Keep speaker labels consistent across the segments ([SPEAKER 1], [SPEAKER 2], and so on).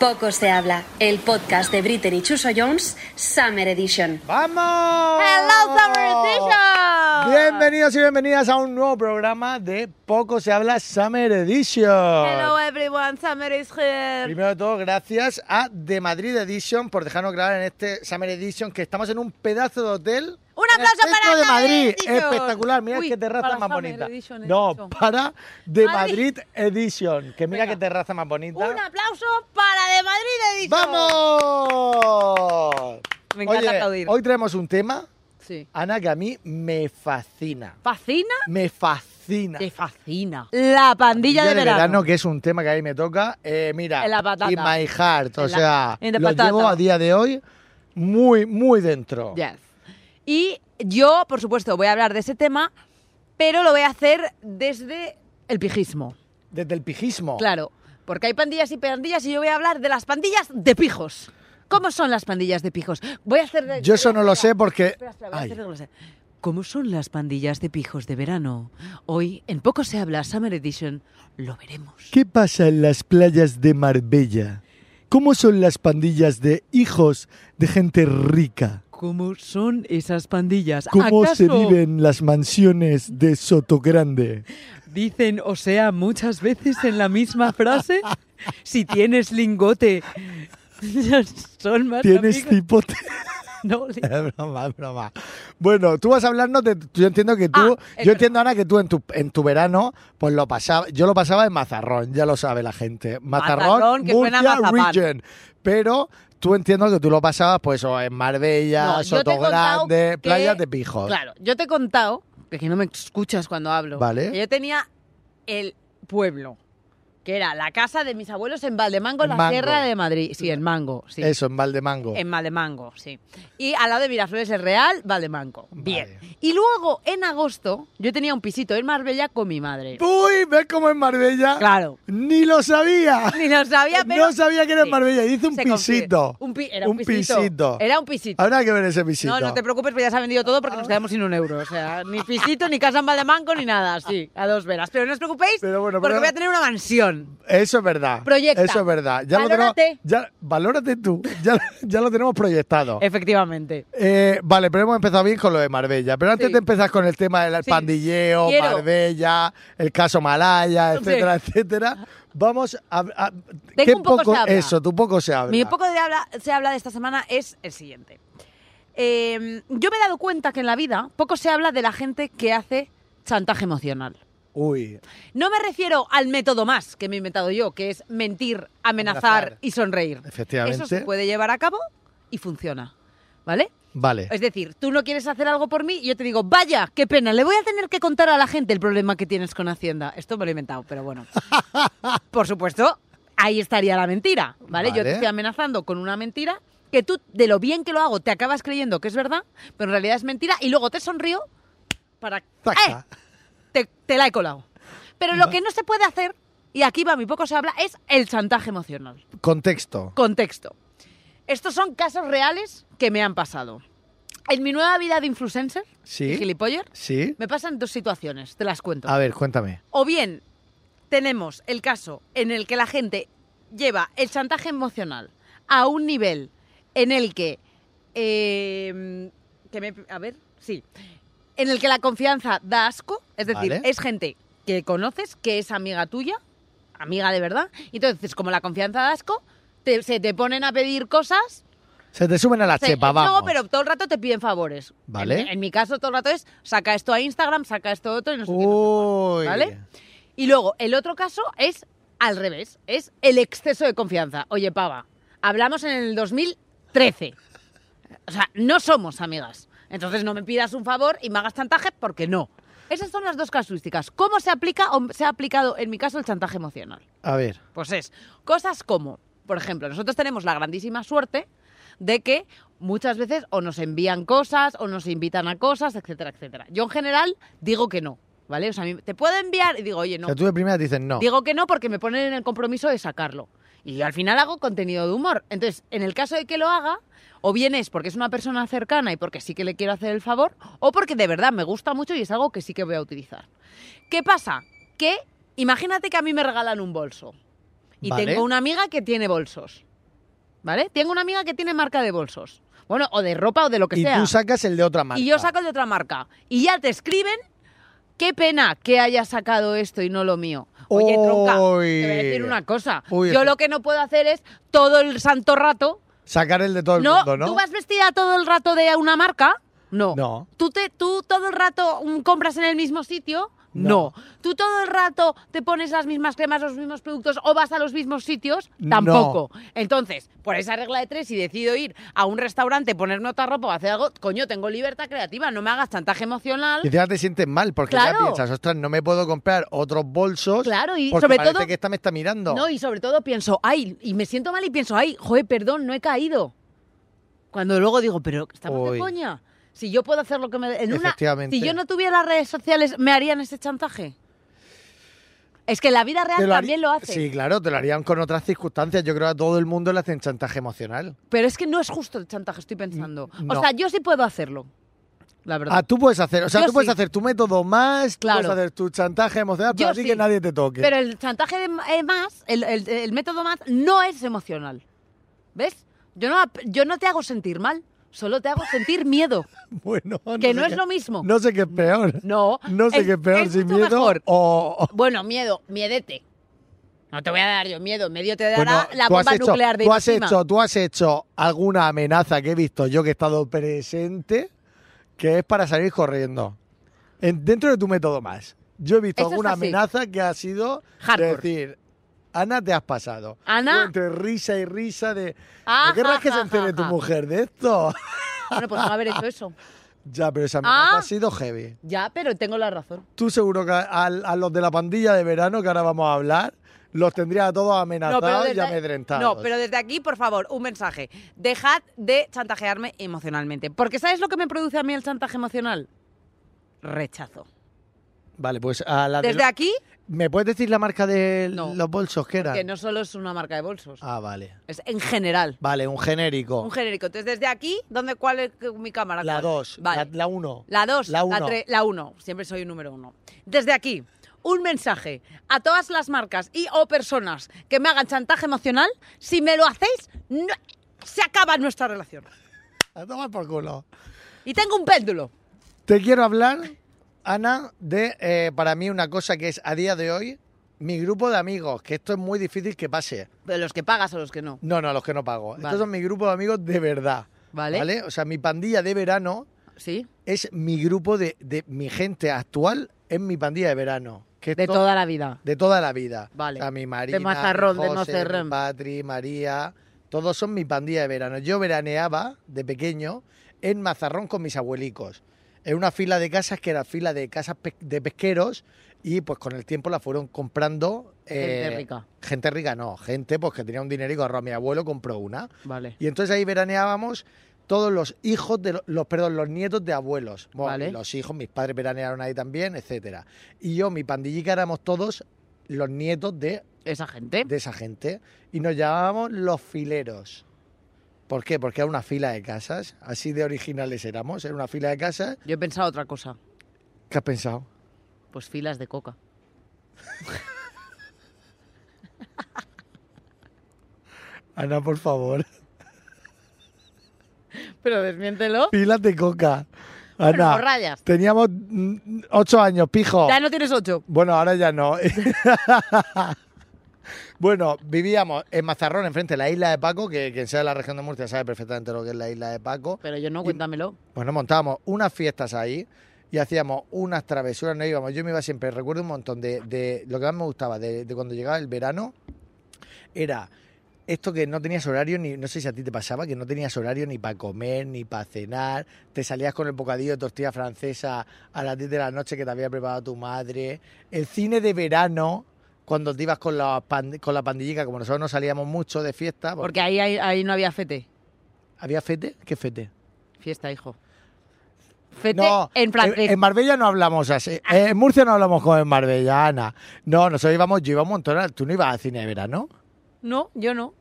[SPEAKER 1] Poco se habla, el podcast de Britney y Chuso Jones, Summer Edition.
[SPEAKER 2] ¡Vamos!
[SPEAKER 3] Hello, Summer Edition.
[SPEAKER 2] Bienvenidos y bienvenidas a un nuevo programa de Poco se habla Summer Edition.
[SPEAKER 3] Hello everyone, summer is here.
[SPEAKER 2] Primero de todo, gracias a The Madrid Edition por dejarnos grabar en este Summer Edition, que estamos en un pedazo de hotel.
[SPEAKER 3] Un
[SPEAKER 2] en el
[SPEAKER 3] aplauso
[SPEAKER 2] centro
[SPEAKER 3] para
[SPEAKER 2] de
[SPEAKER 3] Summer
[SPEAKER 2] Madrid.
[SPEAKER 3] Edition.
[SPEAKER 2] Espectacular, mira
[SPEAKER 3] Uy,
[SPEAKER 2] qué terraza
[SPEAKER 3] para
[SPEAKER 2] más
[SPEAKER 3] Summer
[SPEAKER 2] bonita.
[SPEAKER 3] Edition,
[SPEAKER 2] no,
[SPEAKER 3] Edition.
[SPEAKER 2] para The
[SPEAKER 3] Madrid.
[SPEAKER 2] Madrid Edition, que mira
[SPEAKER 3] Venga.
[SPEAKER 2] qué terraza más bonita.
[SPEAKER 3] Un aplauso para de Madrid Edition.
[SPEAKER 2] ¡Vamos!
[SPEAKER 3] Me encanta
[SPEAKER 2] Oye,
[SPEAKER 3] aplaudir.
[SPEAKER 2] Hoy traemos un tema,
[SPEAKER 3] Sí.
[SPEAKER 2] Ana, que a mí me fascina.
[SPEAKER 3] ¿Fascina?
[SPEAKER 2] Me fascina.
[SPEAKER 3] Te fascina. La pandilla
[SPEAKER 2] Día
[SPEAKER 3] de, verano.
[SPEAKER 2] que es un tema que ahí me toca. Eh, mira,
[SPEAKER 3] En la patata.
[SPEAKER 2] In My Heart, o
[SPEAKER 3] En la-
[SPEAKER 2] sea,
[SPEAKER 3] en la
[SPEAKER 2] lo
[SPEAKER 3] patata.
[SPEAKER 2] llevo a día de hoy muy, muy dentro.
[SPEAKER 3] Yes. Y yo, por supuesto, voy a hablar de ese tema, pero lo voy a hacer desde el pijismo.
[SPEAKER 2] Desde el pijismo.
[SPEAKER 3] Claro, porque hay pandillas y pandillas y yo voy a hablar de las pandillas de pijos. ¿Cómo son las pandillas de pijos? Voy a hacer...
[SPEAKER 2] Yo eso no lo sé porque...
[SPEAKER 3] Espera, espera, voy a
[SPEAKER 2] Ay,
[SPEAKER 3] hacer reglas. ¿Cómo son las pandillas de pijos de verano? Hoy, en poco se habla Summer Edition, lo veremos.
[SPEAKER 2] ¿Qué pasa en las playas de Marbella? ¿Cómo son las pandillas de hijos de gente rica?
[SPEAKER 3] ¿Cómo son esas pandillas?
[SPEAKER 2] ¿Cómo
[SPEAKER 3] ¿Acaso
[SPEAKER 2] se viven las mansiones de Sotogrande?
[SPEAKER 3] dicen, o sea, muchas veces en la misma frase? Si tienes lingote, son más
[SPEAKER 2] ¿Tienes
[SPEAKER 3] amigos.
[SPEAKER 2] cipote?
[SPEAKER 3] No, li-
[SPEAKER 2] Es broma, es broma. Bueno, tú vas a hablarnos de. Yo entiendo que tú.
[SPEAKER 3] Ah,
[SPEAKER 2] yo
[SPEAKER 3] es verdad.
[SPEAKER 2] entiendo, Ana, que tú en tu, en tu verano, pues lo pasaba. Yo lo pasaba en Mazarrón, ya lo sabe la gente. Mazarrón,
[SPEAKER 3] Mazarrón, que suena a
[SPEAKER 2] Murcia
[SPEAKER 3] mazapán.
[SPEAKER 2] Region. Pero tú entiendo que tú lo pasabas, pues, o en Marbella,
[SPEAKER 3] No, yo te he contado
[SPEAKER 2] Sotogrande,
[SPEAKER 3] que-
[SPEAKER 2] playas de pijos.
[SPEAKER 3] Claro, yo te he contado, que aquí no me escuchas cuando hablo,
[SPEAKER 2] Vale.
[SPEAKER 3] que yo tenía el pueblo, que era la casa de mis abuelos en Valdemango,
[SPEAKER 2] En
[SPEAKER 3] la
[SPEAKER 2] Mango.
[SPEAKER 3] Sierra de Madrid. Sí, en Mango, sí.
[SPEAKER 2] Eso, en Valdemango.
[SPEAKER 3] En Valdemango, sí. Y al lado de Miraflores el Real, Valdemango. Bien.
[SPEAKER 2] Vale.
[SPEAKER 3] Y luego, en agosto, yo tenía un pisito en Marbella con mi madre.
[SPEAKER 2] Uy, ¿ves cómo en Marbella?
[SPEAKER 3] Claro.
[SPEAKER 2] Ni lo sabía.
[SPEAKER 3] Ni lo sabía, pero...
[SPEAKER 2] no sabía que era en
[SPEAKER 3] Sí.
[SPEAKER 2] Marbella. Dice un
[SPEAKER 3] Se confía.
[SPEAKER 2] pisito.
[SPEAKER 3] Un, pi- era un, pisito. Era un pisito.
[SPEAKER 2] Habrá que ver ese pisito.
[SPEAKER 3] No, no te preocupes, porque ya se ha vendido todo porque nos quedamos sin un euro. O sea, ni pisito, ni casa en Valdemanco, ni nada. Sí, a dos velas. Pero no os preocupéis,
[SPEAKER 2] Pero bueno,
[SPEAKER 3] porque
[SPEAKER 2] pero-
[SPEAKER 3] voy a tener una mansión.
[SPEAKER 2] Eso es verdad.
[SPEAKER 3] Proyecta.
[SPEAKER 2] Eso es verdad. Ya Lo tenemos,
[SPEAKER 3] Valórate.
[SPEAKER 2] ya, valórate tú. Ya, ya lo tenemos proyectado.
[SPEAKER 3] Efectivamente.
[SPEAKER 2] Eh, vale, pero hemos empezado bien con lo de Marbella. Pero antes
[SPEAKER 3] Sí.
[SPEAKER 2] de empezar con el tema del
[SPEAKER 3] Sí.
[SPEAKER 2] pandilleo,
[SPEAKER 3] Quiero.
[SPEAKER 2] Marbella, el caso Malaya,
[SPEAKER 3] Sí.
[SPEAKER 2] etcétera, etcétera, vamos a... a-
[SPEAKER 3] un poco se habla.
[SPEAKER 2] Eso, tu poco se habla.
[SPEAKER 3] Mi poco de habla, se habla de esta semana es el siguiente. Eh, yo me he dado cuenta que en la vida poco se habla de la gente que hace chantaje emocional.
[SPEAKER 2] Uy,
[SPEAKER 3] No me refiero al método más que me he inventado yo, que es mentir, amenazar,
[SPEAKER 2] Amenazar.
[SPEAKER 3] y sonreír.
[SPEAKER 2] Efectivamente.
[SPEAKER 3] Eso se puede llevar a cabo y funciona. ¿Vale?
[SPEAKER 2] vale.
[SPEAKER 3] Es decir, tú no quieres hacer algo por mí y yo te digo, vaya, qué pena, le voy a tener que contar a la gente el problema que tienes con Hacienda. Esto me lo he inventado, pero bueno. por supuesto, ahí estaría la mentira, ¿vale? Yo
[SPEAKER 2] Vale.
[SPEAKER 3] te estoy amenazando con una mentira que tú, de lo bien que lo hago, te acabas creyendo que es verdad, pero en realidad es mentira y luego te sonrío para... ¡Eh!
[SPEAKER 2] Zaca.
[SPEAKER 3] te, te la he colado. Pero lo que no se puede hacer, y aquí va mi poco se habla, es el chantaje emocional.
[SPEAKER 2] Contexto.
[SPEAKER 3] Contexto. Estos son casos reales que me han pasado. En mi nueva vida de influencer y
[SPEAKER 2] Sí.
[SPEAKER 3] gilipoller,
[SPEAKER 2] Sí.
[SPEAKER 3] me pasan dos situaciones, te las cuento.
[SPEAKER 2] A ver, cuéntame.
[SPEAKER 3] O bien tenemos el caso en el que la gente lleva el chantaje emocional a un nivel en el que... eh, que me- a ver, sí. En el que la confianza da asco, es decir,
[SPEAKER 2] Vale.
[SPEAKER 3] es gente que conoces, que es amiga tuya, amiga de verdad, y entonces como la confianza da asco, te- se te ponen a pedir cosas
[SPEAKER 2] Se te suben a la
[SPEAKER 3] se-
[SPEAKER 2] chepa, Ah, vamos.
[SPEAKER 3] no, pero todo el rato te piden favores.
[SPEAKER 2] Vale.
[SPEAKER 3] En, en mi caso, todo el rato es saca esto a Instagram, saca esto a otro y no sé qué, no sé cuál,
[SPEAKER 2] Uy.
[SPEAKER 3] ¿Vale? Y luego, el otro caso es al revés, es el exceso de confianza. Oye, pava, hablamos en el 2013. O sea, no somos amigas. Entonces no me pidas un favor y me hagas chantaje porque no. Esas son las dos casuísticas. ¿Cómo se aplica o se ha aplicado en mi caso el chantaje emocional?
[SPEAKER 2] A ver.
[SPEAKER 3] Pues es cosas como, por ejemplo, nosotros tenemos la grandísima suerte de que muchas veces o nos envían cosas o nos invitan a cosas, etcétera, etcétera. Yo en general digo que no, ¿vale? O sea, a mí te puedo enviar y digo, oye, no.
[SPEAKER 2] O sea, tú de primera dices no.
[SPEAKER 3] Digo que no porque me ponen en el compromiso de sacarlo. Y yo al final hago contenido de humor. Entonces, en el caso de que lo haga, o bien es porque es una persona cercana y porque sí que le quiero hacer el favor, o porque de verdad me gusta mucho y es algo que sí que voy a utilizar. ¿Qué pasa? Que imagínate que a mí me regalan un bolso. Y
[SPEAKER 2] Vale.
[SPEAKER 3] tengo una amiga que tiene bolsos. ¿vale? Tengo una amiga que tiene marca de bolsos. Bueno, o de ropa o de lo que
[SPEAKER 2] y
[SPEAKER 3] sea.
[SPEAKER 2] tú sacas el de otra marca.
[SPEAKER 3] Y yo saco el de otra marca. Y ya te escriben, qué pena que hayas sacado esto y no lo mío. Oye, tronca,
[SPEAKER 2] Uy.
[SPEAKER 3] te voy a decir una cosa.
[SPEAKER 2] Uy,
[SPEAKER 3] yo
[SPEAKER 2] eso-
[SPEAKER 3] lo que no puedo hacer es todo el santo rato.
[SPEAKER 2] Sacar el de todo el
[SPEAKER 3] no,
[SPEAKER 2] mundo, ¿no?
[SPEAKER 3] ¿tú vas vestida todo el rato de una marca? No.
[SPEAKER 2] No.
[SPEAKER 3] ¿Tú, te, ¿Tú todo el rato mm, compras en el mismo sitio?
[SPEAKER 2] No.
[SPEAKER 3] No. ¿Tú todo el rato te pones las mismas cremas, los mismos productos o vas a los mismos sitios?
[SPEAKER 2] No.
[SPEAKER 3] Tampoco. Entonces, por esa regla de tres, si decido ir a un restaurante, ponerme otra ropa o hacer algo, coño, tengo libertad creativa, no me hagas chantaje emocional.
[SPEAKER 2] Y encima te sientes mal porque ya
[SPEAKER 3] Claro.
[SPEAKER 2] piensas, ostras, no me puedo comprar otros bolsos.
[SPEAKER 3] Claro, y
[SPEAKER 2] porque
[SPEAKER 3] sobre
[SPEAKER 2] parece
[SPEAKER 3] todo-
[SPEAKER 2] que esta me está mirando.
[SPEAKER 3] No, y sobre todo pienso, ay, y me siento mal y pienso, ay, joder, perdón, no he caído. Cuando luego digo, pero estamos
[SPEAKER 2] Uy.
[SPEAKER 3] de coña. Si yo puedo hacer lo que me en una-
[SPEAKER 2] Efectivamente.
[SPEAKER 3] si yo no tuviera redes sociales, ¿me harían ese chantaje? Es que en la vida
[SPEAKER 2] Te
[SPEAKER 3] real
[SPEAKER 2] lo harí-
[SPEAKER 3] también lo hace.
[SPEAKER 2] Sí, claro, te lo harían con otras circunstancias. Yo creo que a todo el mundo le hacen chantaje emocional.
[SPEAKER 3] Pero es que no es justo el chantaje, estoy pensando.
[SPEAKER 2] Mm, No.
[SPEAKER 3] O sea, yo sí puedo hacerlo. La verdad.
[SPEAKER 2] Ah, tú puedes hacer, o sea,
[SPEAKER 3] Yo
[SPEAKER 2] tú puedes
[SPEAKER 3] sí.
[SPEAKER 2] hacer tu método más, tú
[SPEAKER 3] Claro.
[SPEAKER 2] puedes hacer tu chantaje emocional, pero
[SPEAKER 3] Yo
[SPEAKER 2] así
[SPEAKER 3] sí.
[SPEAKER 2] que nadie te toque.
[SPEAKER 3] Pero el chantaje de eh, más, el, el- el método más, no es emocional. ¿Ves? Yo no, ap- yo no te hago sentir mal, solo te hago sentir miedo.
[SPEAKER 2] bueno,
[SPEAKER 3] que
[SPEAKER 2] sé
[SPEAKER 3] no es
[SPEAKER 2] qué-
[SPEAKER 3] lo mismo.
[SPEAKER 2] No sé qué es peor.
[SPEAKER 3] No.
[SPEAKER 2] No sé
[SPEAKER 3] es-
[SPEAKER 2] qué es peor,
[SPEAKER 3] es
[SPEAKER 2] si
[SPEAKER 3] mucho
[SPEAKER 2] miedo
[SPEAKER 3] mejor.
[SPEAKER 2] o... o-
[SPEAKER 3] Bueno, miedo, miedete. No te voy a dar yo miedo, medio te dará
[SPEAKER 2] Bueno,
[SPEAKER 3] la
[SPEAKER 2] tú has
[SPEAKER 3] bomba
[SPEAKER 2] hecho-
[SPEAKER 3] nuclear de
[SPEAKER 2] tú has
[SPEAKER 3] Hiroshima.
[SPEAKER 2] hecho, tú has hecho alguna amenaza que he visto yo que he estado presente que es para salir corriendo. En- dentro de tu método más. Yo he visto
[SPEAKER 3] Eso es
[SPEAKER 2] alguna
[SPEAKER 3] así.
[SPEAKER 2] amenaza que ha sido
[SPEAKER 3] Hardcore.
[SPEAKER 2] de decir, Ana, te has pasado.
[SPEAKER 3] Ana.
[SPEAKER 2] Yo Entre risa y risa de...
[SPEAKER 3] Ah,
[SPEAKER 2] ¿No querrás
[SPEAKER 3] ja,
[SPEAKER 2] que se
[SPEAKER 3] ja,
[SPEAKER 2] entere
[SPEAKER 3] ja,
[SPEAKER 2] tu
[SPEAKER 3] ja.
[SPEAKER 2] mujer de esto?
[SPEAKER 3] Bueno, pues no haber hecho eso.
[SPEAKER 2] ya, pero esa amenaza
[SPEAKER 3] Ah.
[SPEAKER 2] ha sido heavy.
[SPEAKER 3] Ya, pero tengo la razón.
[SPEAKER 2] Tú seguro que a, a los de la pandilla de verano, que ahora vamos a hablar, los tendrías a todos amenazados y amedrentados.
[SPEAKER 3] no, pero desde aquí, por favor, un mensaje. Dejad de chantajearme emocionalmente. Porque ¿sabes lo que me produce a mí el chantaje emocional? Rechazo.
[SPEAKER 2] Vale, pues a la de
[SPEAKER 3] Desde aquí,
[SPEAKER 2] ¿Me puedes decir la marca de
[SPEAKER 3] No.
[SPEAKER 2] los bolsos que eran?
[SPEAKER 3] que no solo es una marca de bolsos,
[SPEAKER 2] Ah, vale.
[SPEAKER 3] es en general.
[SPEAKER 2] Vale, un genérico.
[SPEAKER 3] Un genérico. Entonces, desde aquí, ¿dónde cuál es mi cámara?
[SPEAKER 2] la
[SPEAKER 3] ¿Cuál?
[SPEAKER 2] 2,
[SPEAKER 3] Vale.
[SPEAKER 2] la 1.
[SPEAKER 3] La 2,
[SPEAKER 2] La
[SPEAKER 3] la
[SPEAKER 2] 1.
[SPEAKER 3] 3, la 1. Siempre soy número 1. Desde aquí, un mensaje a todas las marcas y o personas que me hagan chantaje emocional. Si me lo hacéis, no- se acaba nuestra relación.
[SPEAKER 2] A tomar por culo.
[SPEAKER 3] Y tengo un péndulo.
[SPEAKER 2] Te quiero hablar, Ana, de eh, para mí una cosa que es a día de hoy mi grupo de amigos, que esto es muy difícil que pase.
[SPEAKER 3] De los que pagas o los que no.
[SPEAKER 2] No, no, los que no pago. Estos
[SPEAKER 3] Vale.
[SPEAKER 2] son mi grupo de amigos de verdad.
[SPEAKER 3] Vale.
[SPEAKER 2] O sea, mi pandilla de verano
[SPEAKER 3] ¿Sí?
[SPEAKER 2] es mi grupo de, de mi gente actual, es mi pandilla de verano. Que
[SPEAKER 3] De
[SPEAKER 2] esto-
[SPEAKER 3] toda la vida.
[SPEAKER 2] De toda la vida.
[SPEAKER 3] Vale.
[SPEAKER 2] O sea, mi
[SPEAKER 3] De
[SPEAKER 2] Marina,
[SPEAKER 3] Mazarrón,
[SPEAKER 2] mi
[SPEAKER 3] de
[SPEAKER 2] José,
[SPEAKER 3] Mazarrón.
[SPEAKER 2] mi Patri, María, todos son mi pandilla de verano. Yo veraneaba de pequeño en Mazarrón con mis abuelicos. En una fila de casas que era fila de casas pe- de pesqueros y pues con el tiempo la fueron comprando... eh,
[SPEAKER 3] Gente rica.
[SPEAKER 2] Gente rica no, gente pues que tenía un dinerico ahorrado. Mi abuelo compró una.
[SPEAKER 3] Vale.
[SPEAKER 2] Y entonces ahí veraneábamos todos los hijos de lo- los, perdón, los nietos de abuelos. Bueno,
[SPEAKER 3] Vale.
[SPEAKER 2] Los hijos, mis padres veranearon ahí también, etcétera. Y yo, mi pandillica, éramos todos los nietos de,
[SPEAKER 3] Esa gente.
[SPEAKER 2] de esa gente. Y nos llamábamos los fileros. ¿Por qué? Porque era una fila de casas. Así de originales éramos. Era una fila de casas.
[SPEAKER 3] Yo he pensado otra cosa.
[SPEAKER 2] ¿Qué has pensado?
[SPEAKER 3] Pues filas de coca.
[SPEAKER 2] Ana, por favor.
[SPEAKER 3] Pero desmiéntelo.
[SPEAKER 2] Filas de coca.
[SPEAKER 3] Bueno,
[SPEAKER 2] Ana.
[SPEAKER 3] por rayas.
[SPEAKER 2] Teníamos mm, ocho años, pijo.
[SPEAKER 3] Ya no tienes ocho.
[SPEAKER 2] Bueno, ahora ya no. bueno, vivíamos en Mazarrón, enfrente de la isla de Paco, que quien sea de la región de Murcia sabe perfectamente lo que es la isla de Paco.
[SPEAKER 3] Pero yo no, cuéntamelo.
[SPEAKER 2] Bueno, Pues montábamos unas fiestas ahí y hacíamos unas travesuras, no íbamos. Yo me iba siempre, recuerdo un montón de, de- lo que más me gustaba de, de cuando llegaba el verano, era esto que no tenías horario, ni no sé si a ti te pasaba, que no tenías horario ni para comer, ni para cenar, te salías con el bocadillo de tortilla francesa a las 10 de la noche que te había preparado tu madre, el cine de verano. Cuando te ibas con la, pan- con la pandillica, como nosotros no salíamos mucho de fiesta, porque
[SPEAKER 3] Porque ahí, ahí, ahí no había fete.
[SPEAKER 2] había fete, ¿qué fete?
[SPEAKER 3] Fiesta, hijo. Fete
[SPEAKER 2] No,
[SPEAKER 3] Este,
[SPEAKER 2] eh,
[SPEAKER 3] en Ah. francés.
[SPEAKER 2] en Marbella no hablamos así. Eh, En Murcia no hablamos como en Marbella, Ana. No, nosotros íbamos, yo iba un montón. a- Tú no ibas a cine de verano.
[SPEAKER 3] No, yo no.